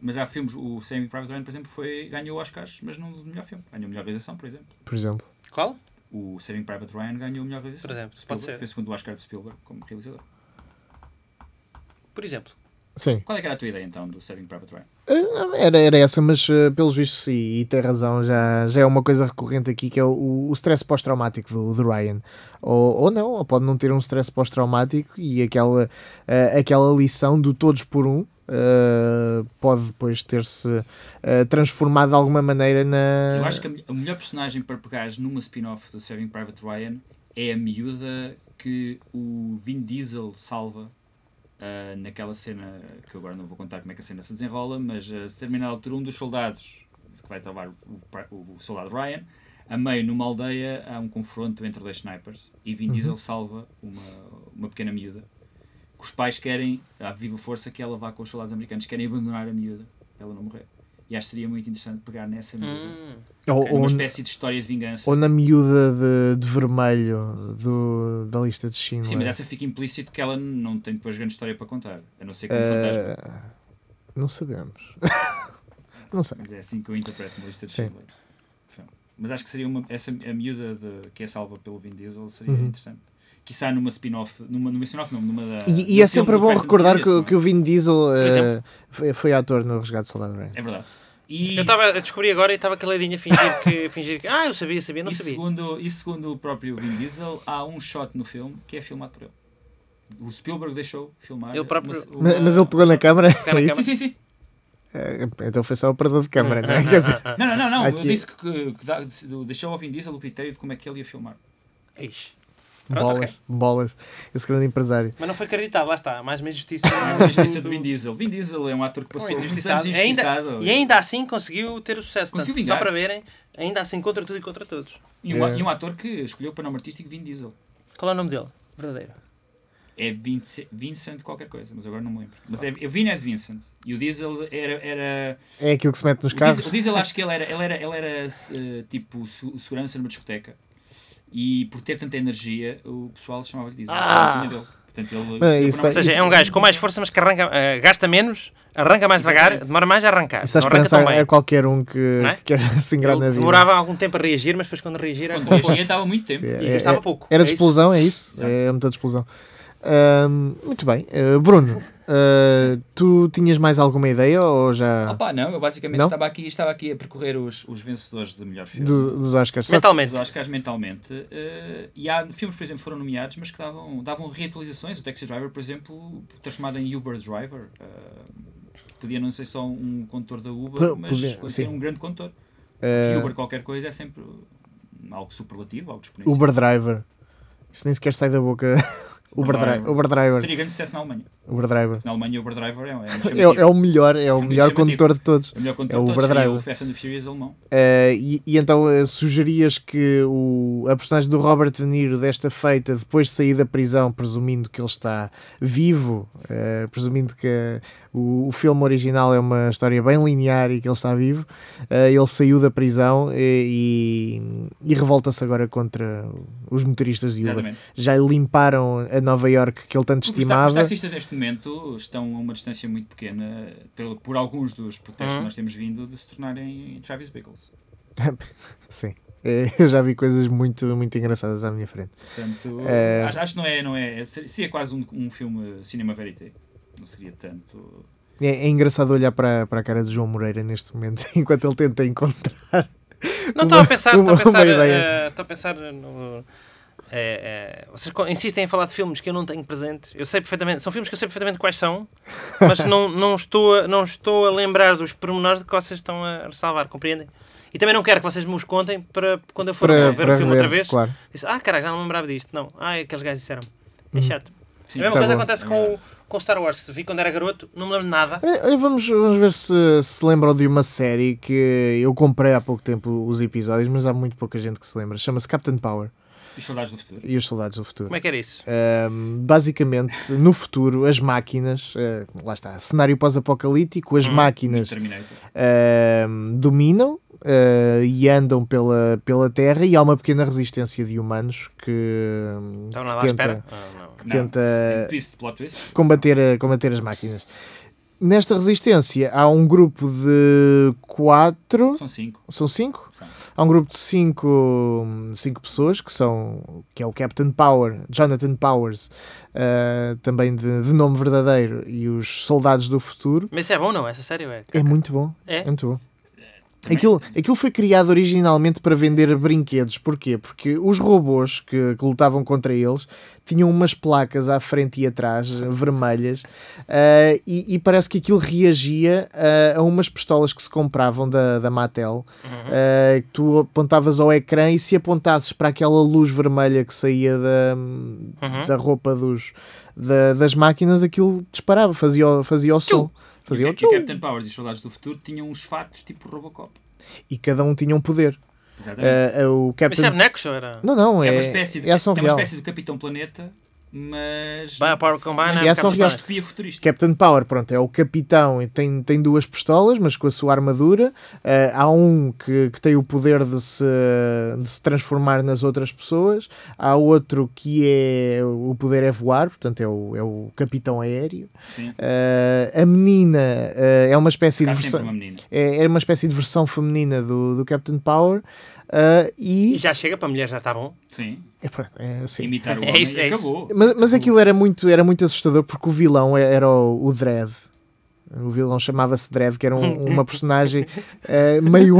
Mas há filmes, o Saving Private Ryan, por exemplo, foi, ganhou Oscars, mas não do melhor filme. Ganhou melhor realização, por exemplo.
por exemplo.
Qual?
O Saving Private Ryan ganhou melhor realização.
Por exemplo,
Spielberg
pode ser.
Foi o segundo Oscar de Spielberg como realizador.
Por exemplo.
Sim,
Qual é que era a tua ideia então do Saving Private Ryan?
Ah, era, era essa, mas ah, pelos vistos, e, e tem razão, já, já é uma coisa recorrente aqui que é o, o stress pós-traumático do, do Ryan. Ou, ou não, ou pode não ter um stress pós-traumático e aquela, ah, aquela lição do todos por um ah, pode depois ter-se ah, transformado de alguma maneira na.
Eu acho que a, me- a melhor personagem para pegares numa spin-off do Saving Private Ryan é a miúda que o Vin Diesel salva ah, naquela cena que eu agora não vou contar como é que a cena se desenrola, mas a determinada altura um dos soldados que vai salvar o, pri- o soldado Ryan, a meio numa aldeia há um confronto entre dois snipers e Vin Diesel salva uma, uma pequena miúda que os pais querem, à viva força, que ela vá com os soldados americanos, querem abandonar a miúda para ela não morrer. E acho que seria muito interessante pegar nessa miúda
Hum.
ou,
é uma
ou-
espécie de história de vingança.
Ou na miúda de, de vermelho do- da lista de China.
Sim, mas essa fica implícito que ela não tem depois grande história para contar. A não ser que um
Eh,
fantasma.
Não sabemos. não sei.
Mas é assim que eu interpreto uma lista de
Sim.
Schindler. Enfim. Mas acho que seria uma, essa, a miúda de- que é salva pelo Vin Diesel seria
Uhum.
interessante. Quiçá numa spin-off, numa, numa spin-off não, numa da.
E, e
num
é sempre
filme do
bom
Fast and
recordar que,
Furious,
que
não
o Vin Diesel eh,
exemplo.
foi, foi ator no Resgate do Soldado Ryan.
é? É verdade. E,
Eu estava a descobrir agora e estava caladinha a fingir que, fingir que. Ah, eu sabia, sabia, não
e
sabia.
Segundo, e segundo o próprio Vin Diesel, há um shot no filme que é filmado por ele. O Spielberg deixou filmar.
Ele próprio-
uma-
Ma-
uma-
Mas ele pegou na câmara?
Pegar na
é isso?
câmara.
Sim, sim, sim.
Eh, Então foi só o perdão de câmara, não é? Quer dizer,
Não, não, não, não.
Aqui-
Eu disse que, que, que dá- do- deixou ao Vin Diesel o critério de como é que ele ia filmar.
Ixi. Pronto,
bolas, bolas. Esse grande empresário.
Mas não foi acreditado, lá está. Mais uma injustiça.
A injustiça do Vin Diesel. Vin Diesel é um ator que
Não,
passou muitos anos
injustiçado. E ainda-
injustiçado.
e ainda assim conseguiu ter o sucesso.
Conseguiu
Portanto, só
vingar.
para verem, ainda assim contra tudo e contra todos.
E um, a-
É.
e um ator que escolheu para nome artístico Vin Diesel.
Qual é o nome dele? Verdadeiro.
É Vince- Vincent qualquer coisa, mas agora não me lembro. Mas é, eu vi Ned Vincent. E o Diesel era. era
É aquilo que se mete nos
o, Diesel,
carros.
o Diesel acho que ele era, ele era, ele era eh, tipo se- segurança numa discoteca. E por ter tanta energia, o pessoal chamava-lhe Diesel.
Ah!
Era a alcunha dele. Portanto, ele,
Mas
ele
isso
Ou
não-
seja, é um gajo com mais força, mas que arranca, eh, gasta menos, arranca mais devagar, demora mais a arrancar.
Isso a
não arranca
esperança
tão bem.
a qualquer um que,
Não é?
que quer se ingrar na
Ele
vida.
demorava algum tempo a reagir, mas depois quando reagir era
Quando
como
corrigia,
fosse.
estava muito tempo.
É,
E
é,
gastava
é-
pouco,
Era
é
de
isso?
explosão, é isso? É muita de explosão. Ahm, muito bem. Ah, Bruno, ah, tu tinhas mais alguma ideia ou já
Opa, Ah, não, eu basicamente
Não?
Estava, aqui, estava aqui a percorrer os, os vencedores do melhor filme.
do- dos Oscars? Só-
Mentalmente. é?
Eu acho que mentalmente. eh, e há filmes, por exemplo, que foram nomeados, mas que davam, davam reatualizações. O Taxi Driver, por exemplo, transformado em Uber Driver. eh, podia não ser só um condutor da Uber,
Po-
mas
podia,
podia
sim.
ser um grande condutor.
ah,
Porque Uber qualquer coisa é sempre algo superlativo, algo disponível.
Uber Driver. Isso nem sequer sai da boca. Uber, Driver. Uber Driver.
Seria grande sucesso na Alemanha.
Uber Driver.
Na Alemanha, Uber Driver é, é, um
É, é
chamativo.
o melhor, é o
um
melhor
chamativo.
condutor de todos.
o
é
melhor
o
condutor
Uber
seria
Driver.
o Fast and the Furious alemão.
Ah, e, e então ah, sugerias que o, a personagem do Robert De Niro desta feita, depois de sair da prisão, presumindo que ele está vivo, ah, presumindo que ah, o, o filme original é uma história bem linear e que ele está vivo, ah, ele saiu da prisão eh, e, e- e revolta-se agora contra os motoristas de Uber.
Exatamente.
Já limparam a Nova York que ele tanto
Porque os ta- Os
estimava.
taxistas neste momento estão a uma distância muito pequena, pelo, por alguns dos protestos
Hum.
Uhum.
que nós temos vindo, de se tornarem Travis Bickles.
Sim, Eh, eu já vi coisas muito, muito engraçadas à minha frente.
Portanto,
É.
acho, acho que não é, não é, ser- seria quase um, um filme cinema verité. Não seria tanto.
É, é engraçado olhar para, para a cara de João Moreira neste momento, enquanto ele tenta encontrar.
Não estou a pensar,
uma-
estou a
uma
pensar,
ideia.
eh, estou a pensar no. eh, eh, vocês co- insistem em falar de filmes que eu não tenho presente. Eu sei perfeitamente, são filmes que eu sei perfeitamente quais são, mas não, não, estou, a, não estou a lembrar dos pormenores de que vocês estão a ressalvar, compreendem? E também não quero que vocês me os contem para quando eu for
para,
ver
para
o filme outra vez.
Claro.
Disse, ah, caralho, já não me lembrava disto. Não, ah, aqueles gajos disseram.
Uhum.
É chato.
Sim,
a mesma
tá
coisa
bom.
acontece com o, com o Star Wars. Vi quando era garoto, não me lembro de nada.
Eh, eh, Vamos, vamos ver se se lembram de uma série que eu comprei há pouco tempo os episódios, mas há muito pouca gente que se lembra. Chama-se Captain Power
Os soldados do futuro.
e os Soldados do Futuro.
Como é que era isso?
Um, basicamente, no futuro, as máquinas, eh, lá está, cenário pós-apocalíptico,
Hum,
as máquinas
Terminator.
um, dominam uh, e andam pela, pela Terra e há uma pequena resistência de humanos que, um,
Estava nada
que
à
tenta,
espera? Ah, não.
que
Não.
tenta
Twist, plot twist.
combater, a- combater as máquinas. Nesta resistência há um grupo de quatro,
São cinco.
são cinco?
São.
Há um grupo de cinco, cinco pessoas que são que é o Captain Power, Jonathan Powers, uh, também de, de nome verdadeiro, e os Soldados do Futuro.
Mas isso é bom, não? Essa série é.
É muito bom,
É?
é muito bom.
Também-
Aquilo, aquilo foi criado originalmente para vender brinquedos. Porquê? Porque os robôs que, que lutavam contra eles tinham umas placas à frente e atrás, eh, vermelhas, ah, e, e parece que aquilo reagia ah, a umas pistolas que se compravam da, da Mattel. ah, que tu apontavas ao ecrã e se apontasses para aquela luz vermelha que saía da,
Uhum.
da roupa dos, da- das máquinas, aquilo disparava, fazia, o- fazia o som. Fazia
E
o
o Captain Powers e os soldados do futuro tinham uns fatos tipo Robocop.
e cada um tinha um poder.
Exatamente.
Ah, ah, o
Mas isso é
Captain...
bonecos ou era?
Não, não, é,
é, uma espécie de,
é ação
é uma
real.
espécie de Capitão Planeta, mas.
Vai a Power Combine,
mas
é
um
uma
ação real.
distopia futurista.
Captain Power, pronto, é o capitão e tem, tem duas pistolas, mas com a sua armadura. Ah, há um que, que tem o poder de se, de se transformar nas outras pessoas. Há outro que é. O poder é voar, portanto é o, é o capitão aéreo.
Sim.
Ah, a menina ah, é uma espécie
Cá
de
sempre
versão.
uma menina.
É, é uma espécie de versão feminina do, do Captain Power. ah,
E
e.
já chega para mulheres, já está bom.
Sim.
É, pronto, é assim.
imitar o
É
homem
isso,
e
é isso.
acabou.
Mas, mas aquilo era muito, era muito assustador porque o vilão é- era o, o Dredd. O vilão chamava-se Dredd, que era um- uma personagem eh, meio,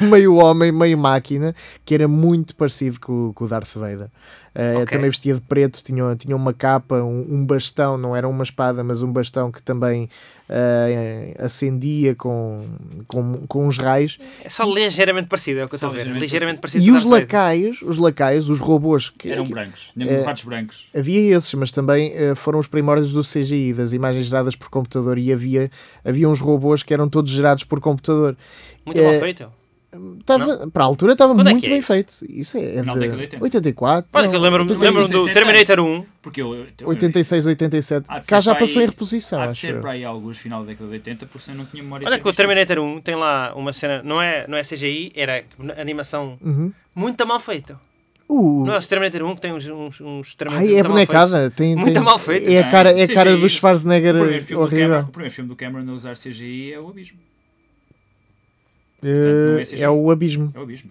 meio homem, meio máquina, que era muito parecido com, o- com o Darth Vader. Eh,
Ok.
Também vestia de preto, tinha, tinha uma capa, um, um bastão, não era uma espada, mas um bastão que também eh, acendia com, com, com uns raios.
É só ligeiramente parecido, é o que eu
Só
estou a ver.
ligeiramente
Ligeiramente parecido.
E
com
os
Darth Vader. um
lacaios, os lacaios, os robôs que, é
Eram brancos, lembro de ratos brancos.
Havia esses, mas também eh, foram os primórdios do CGI, das imagens geradas por computador, e havia, havia uns robôs que eram todos gerados por computador.
Muito mal
eh,
feito.
Tava, para a altura estava
Quando é
muito
que é
bem
isso?
feito. Isso é, é
Não, década de
de
80.
84.
Olha,
não,
que eu lembro-me
80,
lembro do
87,
Terminator 1.
Porque eu, eu-
86, 87.
Há de
Cá
ser
já
para aí-
passou em reposição,
Há de
acho.
ser
eu.
para aí alguns final da década de 80, porque senão não tinha memória.
Olha
de
que o
ter visto
Terminator 1 tem lá uma cena, não é, não é CGI, era animação
Uhum.
muito mal feita.
Uh,
Não é o Terminator 1 que tem uns, uns, uns Terminator
ai, é
muito mal feitos.
bonecada. Tem,
Muito
tem-
mal feito,
É
não
a
é?
cara, é a
CGI,
cara do
isso.
Schwarzenegger
isso. O primeiro, filme do Cameron,
horrível.
o primeiro filme do Cameron a usar CGI é o Abismo.
Eh,
não é CGI.
É o abismo.
É o Abismo.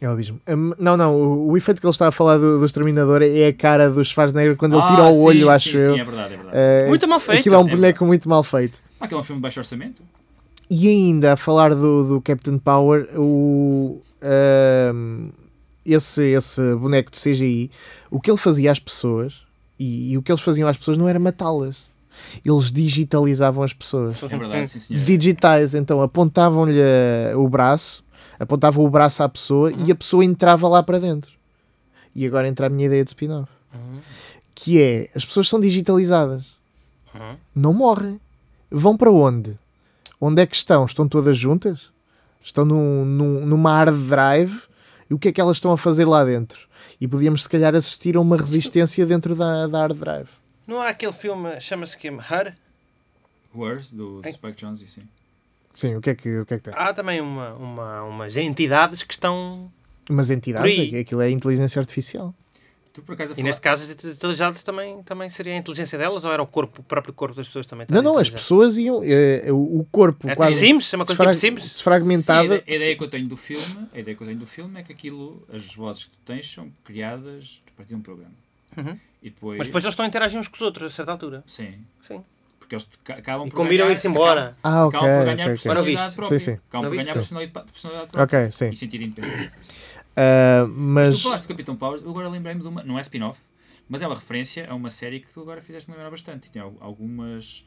é?
É o abismo. Hum, não, não. O, o efeito que ele está a falar do, do Exterminador é a cara do Schwarzenegger quando ele
Ah,
tira o
sim,
olho,
sim,
acho eu.
Sim, é verdade, é verdade.
Eh,
Muito mal feito.
Aquilo é um
É
boneco muito mal feito.
Ah, Aquele é um filme de baixo orçamento.
E ainda a falar do, do Captain Power, o, ahm, esse, esse boneco de CGI, o que ele fazia às pessoas e, e o que eles faziam às pessoas não era matá-las, eles digitalizavam as pessoas.
É verdade, sim, senhor.
Digitais, então apontavam-lhe ah, o braço, apontavam o braço à pessoa
Uhum.
e a pessoa entrava lá para dentro. E agora entra a minha ideia de spin-off: que é as pessoas são digitalizadas
Uhum.
não morrem. Vão para onde? Onde é que estão? Estão todas juntas? Estão num, num- numa hard drive? E o que é que elas estão a fazer lá dentro? E podíamos, se calhar, assistir a uma resistência dentro da, da hard drive.
Não há aquele filme, chama-se que Her?
Wars, do
Tem-
Spike Jones, e sim.
Sim, o que é que, o que, é que tem?
Há também uma, uma, umas entidades que estão.
Umas entidades,
Por aí.
aquilo é inteligência artificial.
Tu por acaso a
E
falar...
neste caso, as entidades também, também seria a inteligência delas ou era o corpo, o próprio corpo das pessoas também? Tá
não, não, as pessoas iam. eh, o o corpo
É tipo
quase
Sims? É uma coisa tipo Sims?
Sim, a
desfragmentada.
ide- a ideia é que eu tenho do filme, a ideia que eu tenho do filme é que aquilo, as vozes que tu tens são criadas a partir de um programa.
Uhum.
E depois,
Mas depois eles estão a interagir uns com os outros a certa altura.
Sim.
Sim.
Porque eles te ca- acabam
E
por
combinam
ganhar-
ir-se embora.
Ah, ok.
Acabam, acabam por ganhar
ok, ok.
Ora,
personalidade
viste.
própria.
Sim, sim.
Acabam
Ora,
por ganhar
viste.
personalidade, personalidade própria.
Ok, sim.
E sentido de independência.
Ah,
Tu
mas.
falaste do Capitão Powers, eu agora lembrei-me de uma, não é spin-off, mas é uma referência a uma série que tu agora fizeste-me lembrar bastante. e Tem al- algumas.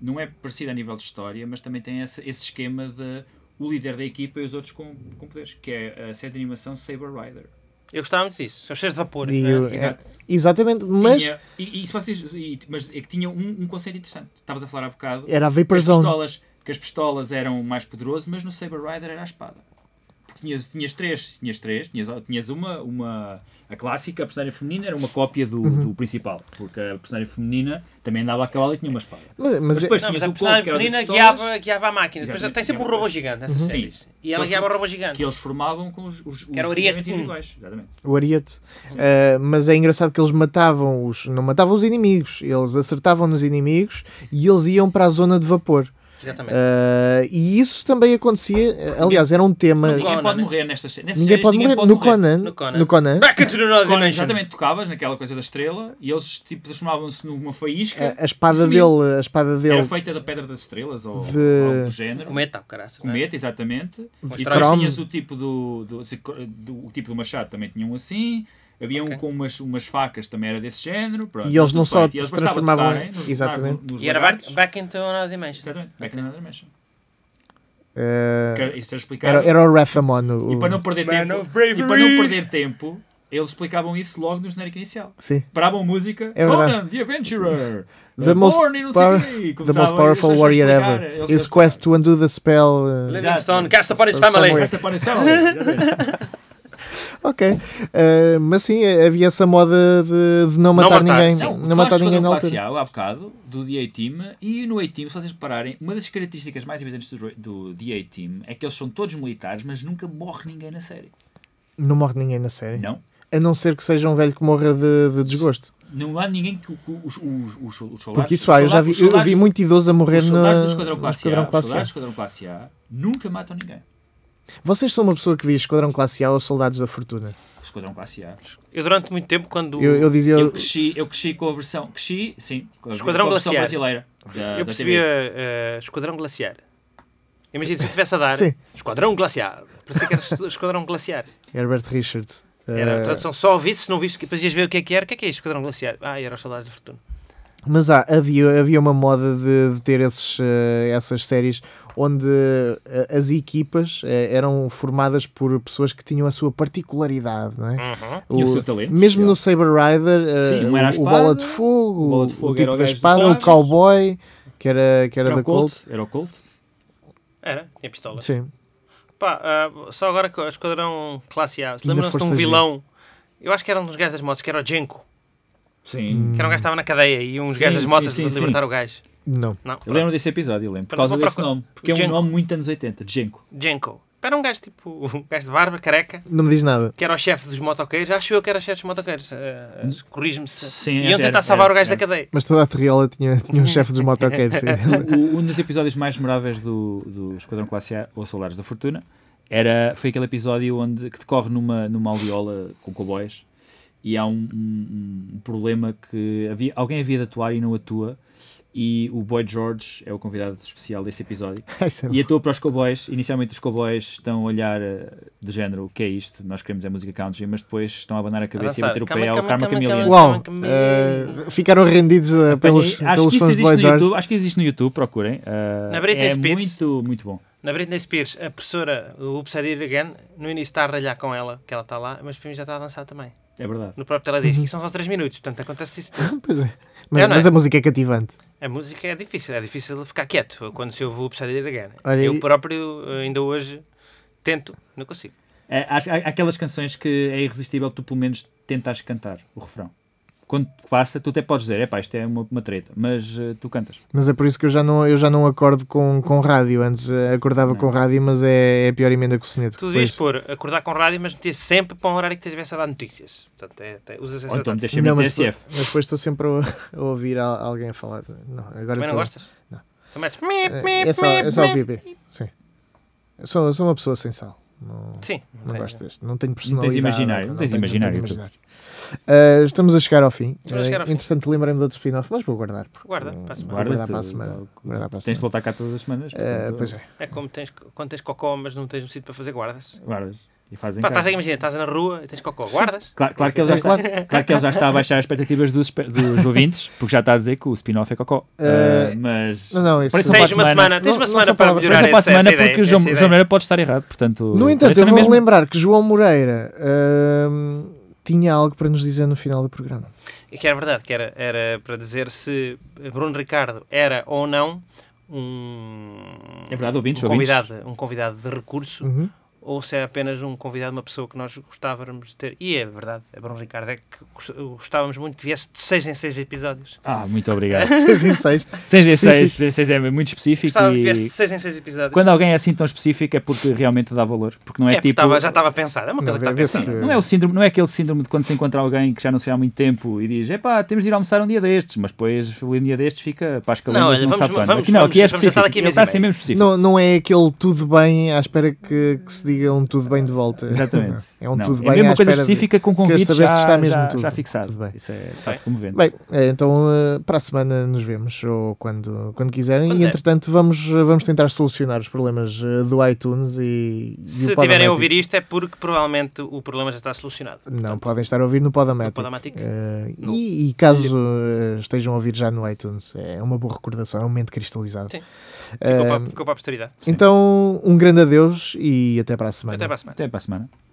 Não é parecida a nível de história, mas também tem esse, esse esquema de o líder da equipa e os outros com, com poderes, que é a série de animação Saber Rider.
Eu gostava muito disso. São cheios de vapor.
e
É.
o- é-
exato.
exatamente, mas
Tinha- e, e se vocês, e- mas é que tinha um, um conceito interessante. Estavas a falar há bocado
era a
que
Vapor
as,
Zone.
pistolas, que as pistolas eram mais poderosas, mas no Saber Rider era a espada. Porque tinhas, tinhas três, tinhas três, tinhas, tinhas uma, uma. A clássica, a personagem feminina era uma cópia do,
Uhum.
do principal, porque a personagem feminina também andava a cavalo e tinha uma espada.
Mas, é mas
depois-
Não, mas
Tinhas
a
o
personagem
corpo que era das
menina
pistolas.
guiava, guiava a máquina. Depois
Exatamente,
tem sempre um
guiava
robô
as-
gigante nessas
Sim.
Uhum.
séries. E ela
Eles-
guiava o robô
Que
gigante.
eles formavam com os, os,
Que era
os
o Ariete
elementos
um.
individuais. Exatamente.
o Ariete. Uh, mas é engraçado que eles matavam os. Não matavam os inimigos, eles acertavam nos inimigos e eles iam para a zona de vapor.
Exatamente.
Uh, e isso também acontecia. uh, Aliás, era um tema.
Ninguém
Conan,
pode
né?
morrer nestas séries.
Ninguém pode morrer. No Conan.
No Conan.
No Conan.
Back into the Northern
Conan,
Nation.
exatamente, tocavas naquela coisa da estrela e eles tipo, transformavam-se numa faísca.
A, a espada
Sumiu.
dele. A espada
Era
dele.
feita da pedra das estrelas ou,
De-
ou algo do género.
Cometa, o caraças. não é?
cometa, exatamente. E depois
Chrome.
tinhas o tipo do, do, do- o tipo do machado, também tinha um assim. Havia
Ok.
um com umas, umas facas, também era desse género. Pronto,
E eles
tudo
não só
feito. E eles
se
bastava
transformavam-
tocarem né, nos-
exatamente.
nos- nos
E era back,
lagartos.
back into another dimension.
Exatamente, back in another dimension.
Uh,
Quer- Isso era explicado.
era, era o Rathamon. o-
E para não perder
Man
tempo,
of bravery.
e para não perder tempo, eles explicavam isso logo no genérico inicial.
Sim.
Paravam a música,
É verdade.
Conan, The Adventurer,
The
uh,
most
Born e não sei
power-
o quê, e
The
começavam,
most
eles
powerful
deixavam
warrior
explicar,
ever.
eles
His
deixavam
quest
explicar.
to undo the spell. uh,
Livingstone, cast upon
Tá,
his family.
Essa parece family.
Ok. Uh, mas sim, havia essa moda de, de não matar
matar.
ninguém.
Não,
Não matar ninguém na altura.
A, há bocado, do The A-Team, e no A-Team, se vocês repararem, uma das características mais evidentes do, do The A-Team é que eles são todos militares, mas nunca morre ninguém na série.
Não morre ninguém na série.
Não.
A não ser que seja um velho que morra de, de desgosto.
Não há ninguém que, que os, os, os, os soldados...
Porque isso
os
há, eu já
soldados-
vi,
os
eu
soldados-
vi muito idoso a morrer
Os
no,
soldados do Esquadrão
no
Classe A,
Esquadrão
os
Classe
soldados do Esquadrão Classe A, nunca matam ninguém.
A. Vocês são uma pessoa que diz Esquadrão Classe A ou Soldados da Fortuna.
O Esquadrão Classe A.
Eu durante muito tempo, quando...
Eu, eu dizia.
Eu cresci, eu cresci com a versão... Cresci, sim, com a,
Esquadrão
com a versão
Glaciar.
brasileira da,
Eu
da TV.
percebia eh, Esquadrão Glaciar. Imagina se eu estivesse a dar
Sim.
Esquadrão Glaciar. Parecia que era es- Esquadrão Glaciar.
Herbert Richards.
Era a
Eh,
tradução só ouvisse, se não visse, depois ias ver o que é que era. O que é que é Esquadrão Glaciar? Ah, era os Soldados da Fortuna.
mas há, havia, havia uma moda de, de ter esses, eh, essas séries onde eh, as equipas eh, eram formadas por pessoas que tinham a sua particularidade, não é?
Tinha o seu talento,
Mesmo
sim.
no Saber Rider, eh,
Sim, um era a
o Bola
espada,
de Fogo,
o
o,
Bola de Fogo
tipo
era o
da
gajo dos
espada, o
braços.
Cowboy, que era, que era,
Era
da
o
Colt.
Colt. Era o Colt.
Era, tinha pistola.
Sim.
Pá, ah, só agora que o Esquadrão Classe A. Se
E da
lembram-se de um
Força G?
vilão? Eu acho que era um dos gajos das motos, que era o Jenko.
Sim.
Que era um gajo que estava na cadeia e uns
Sim,
gajos das
sim,
motas
sim,
tentam
sim.
libertar o gajo.
Não.
Não,
Eu lembro desse episódio, eu lembro. Por
Pronto,
causa
vou
desse
procurar.
nome. Porque é um
Jenko.
nome muito anos 80. Jenko.
Jenko. Era um gajo tipo, um gajo de barba, careca,
Não me diz nada.
que era o chefe dos motoqueiros. Acho eu que era chefe dos motoqueiros. Ah, ah, Corrijo-me se.
Sim,
é
E iam
era-
tentar
era-
salvar o gajo
era.
da cadeia.
Mas toda a Terriola tinha, tinha um chefe dos motoqueiros. sim.
O- um dos episódios mais memoráveis do, do Esquadrão Classe A, ou Solares da Fortuna, era, foi aquele episódio onde, que decorre numa, numa aldeola com cowboys e há um, um- um problema que havia, alguém havia de atuar e não atua e o Boy George é o convidado especial desse episódio
Isso é
e atua para os cowboys. Inicialmente os cowboys estão a olhar eh, de género o que é isto, nós queremos é música country, mas depois estão a abanar a cabeça e a bater o pé ao Karma Chameleon.
Uau! eh, ficaram rendidos eh, pelos,
é Apanhei- acho,
pelos
que isso
sons de
existe
Boy
no
George.
YouTube, acho que existe no YouTube, procurem. Ah,
Na Britney
é
Spears.
muito, muito bom.
Na Britney Spears, a professora, o Oops, I Did It Again, no início está a ralhar com ela, que ela está lá, mas para mim já está a dançar também.
É verdade.
No próprio telediz.
Uhum.
E são só 3 minutos, portanto acontece isso. tudo.
Pois é. Mas,
É, não é?
mas a música é cativante.
A música é difícil, é difícil ficar quieto quando se ouve o Oops, I Did It Again.
Olha,
Eu
e-
próprio, eh, ainda hoje, tento, não consigo.
É, há, há aquelas canções que é irresistível que tu pelo menos tentas cantar o refrão. Quando passa, tu até podes dizer, epá, isto é uma, uma treta, mas eh, tu cantas.
Mas é por isso que eu já não, eu já não acordo com, com rádio. Antes eh, acordava com rádio, mas é, é a pior emenda que o soneto.
Tu
que
devias
depois-
pôr acordar com rádio, mas meter sempre para um horário que estivesse a dar notícias. Portanto, é, é, usas essa
Ou então
tática.
deixa
Não,
me
mas, depois-
TSF.
mas depois estou sempre a, a ouvir a- alguém a falar. Não, agora
Também não
estou-
gostas?
Não.
Então metes... mip,
É,
mip,
é só, é só o
mip, mip.
pipi. Sim. Eu sou, eu sou uma pessoa sem sal. Não,
Sim.
não
tem-
gosto deste. Não tenho personalidade.
imaginário, não tens
tenho-
imaginário,
tenho
tu.
imaginário. Ah, estamos a chegar ao fim.
Estamos a chegar ao
Ah,
fim.
entretanto, lembrei-me de outro spin-off, mas vou guardar. porque
Guarda, para a semana.
Vou guardar
Guarda-te,
para a semana.
tal.
Guardar para a
é, Tens de
semana.
voltar cá todas as semanas.
Ah,
portanto,
pois é.
É como tens, quando tens cocó, mas não tens um sítio para fazer guardas.
Guardas. E fazem
Pá,
cá.
estás a imaginar, estás na rua e tens cocó, guardas.
Claro, claro que ele já está, claro que ele já está a baixar as expectativas dos, espe- dos ouvintes, porque já está a dizer que o spin-off é cocó.
Eh,
Ah, mas.
Não, é não, isso
Parece
não
Tens
para a
uma
semana.
semana, tens
Não-
uma
não
semana
são
para
palavras.
melhorar
Mas é para a
essa,
semana
essa ideia.
porque o João,
essa
João
ideia.
Moreira pode estar errado. Portanto, é
No entanto,
parece
eu
na
vou
mesma.
lembrar que João Moreira ahm, tinha algo para nos dizer no final do programa.
E Que era verdade, que era, era para dizer se Bruno Ricardo era ou não um,
É verdade, ouvintes,
um,
ouvintes.
convidado, um convidado de recurso
Uhum.
ou se é apenas um convidado, uma pessoa que nós gostávamos de ter. E é verdade, a Bruno Ricardo é que gost- gostávamos muito que viesse de 6 em 6 episódios.
Ah, muito obrigado.
Seis em seis.
6 em 6, é muito específico.
Gostávamos que viesse
E
de 6 em 6 episódios.
quando alguém é assim tão específico é porque realmente dá valor. Porque não
é,
é,
porque
tipo.
estava- já estava pensado, é uma
Não,
coisa que está
vê- vê-se
pensada.
que-
Não é, o síndrome, não é aquele síndrome de quando se encontra alguém que já não se vê há muito tempo e diz: epá, temos de ir almoçar um dia destes, mas depois um dia destes fica para as calendas,
olha,
não,
vamos-
sabe quando.
vamos-
Aqui não, aqui é
vamos- vamos
específico.
estar daqui a
Ele
mês
está
e
a ser mesmo específico.
Não, não é aquele tudo bem à espera que, que se diga um tudo bem de volta.
Exatamente.
Não, é um
Não,
tudo
é
bem
mesmo
à
uma coisa
espera de-
específica com convite
saber se
já,
está mesmo
já,
tudo.
já fixado.
Tudo bem.
Isso é, está comovente.
Bem, eh, então eh, para a semana nos vemos, ou quando, quando quiserem,
Quando
e
é.
der.
entretanto vamos, vamos tentar solucionar os problemas eh, do iTunes e, e
Se
o
tiverem a ouvir
Podomatic.
isto é porque provavelmente o problema já está solucionado.
Não, podem estar a ouvir no Podomatic.
No Podomatic.
Eh, e, e caso eh, estejam a ouvir já no iTunes, é uma boa recordação, é um momento cristalizado.
Sim.
Eh,
Ficou, para, ficou para a posteridade.
então, um grande adeus e até para a semana.
Até para a semana.
Até para a semana.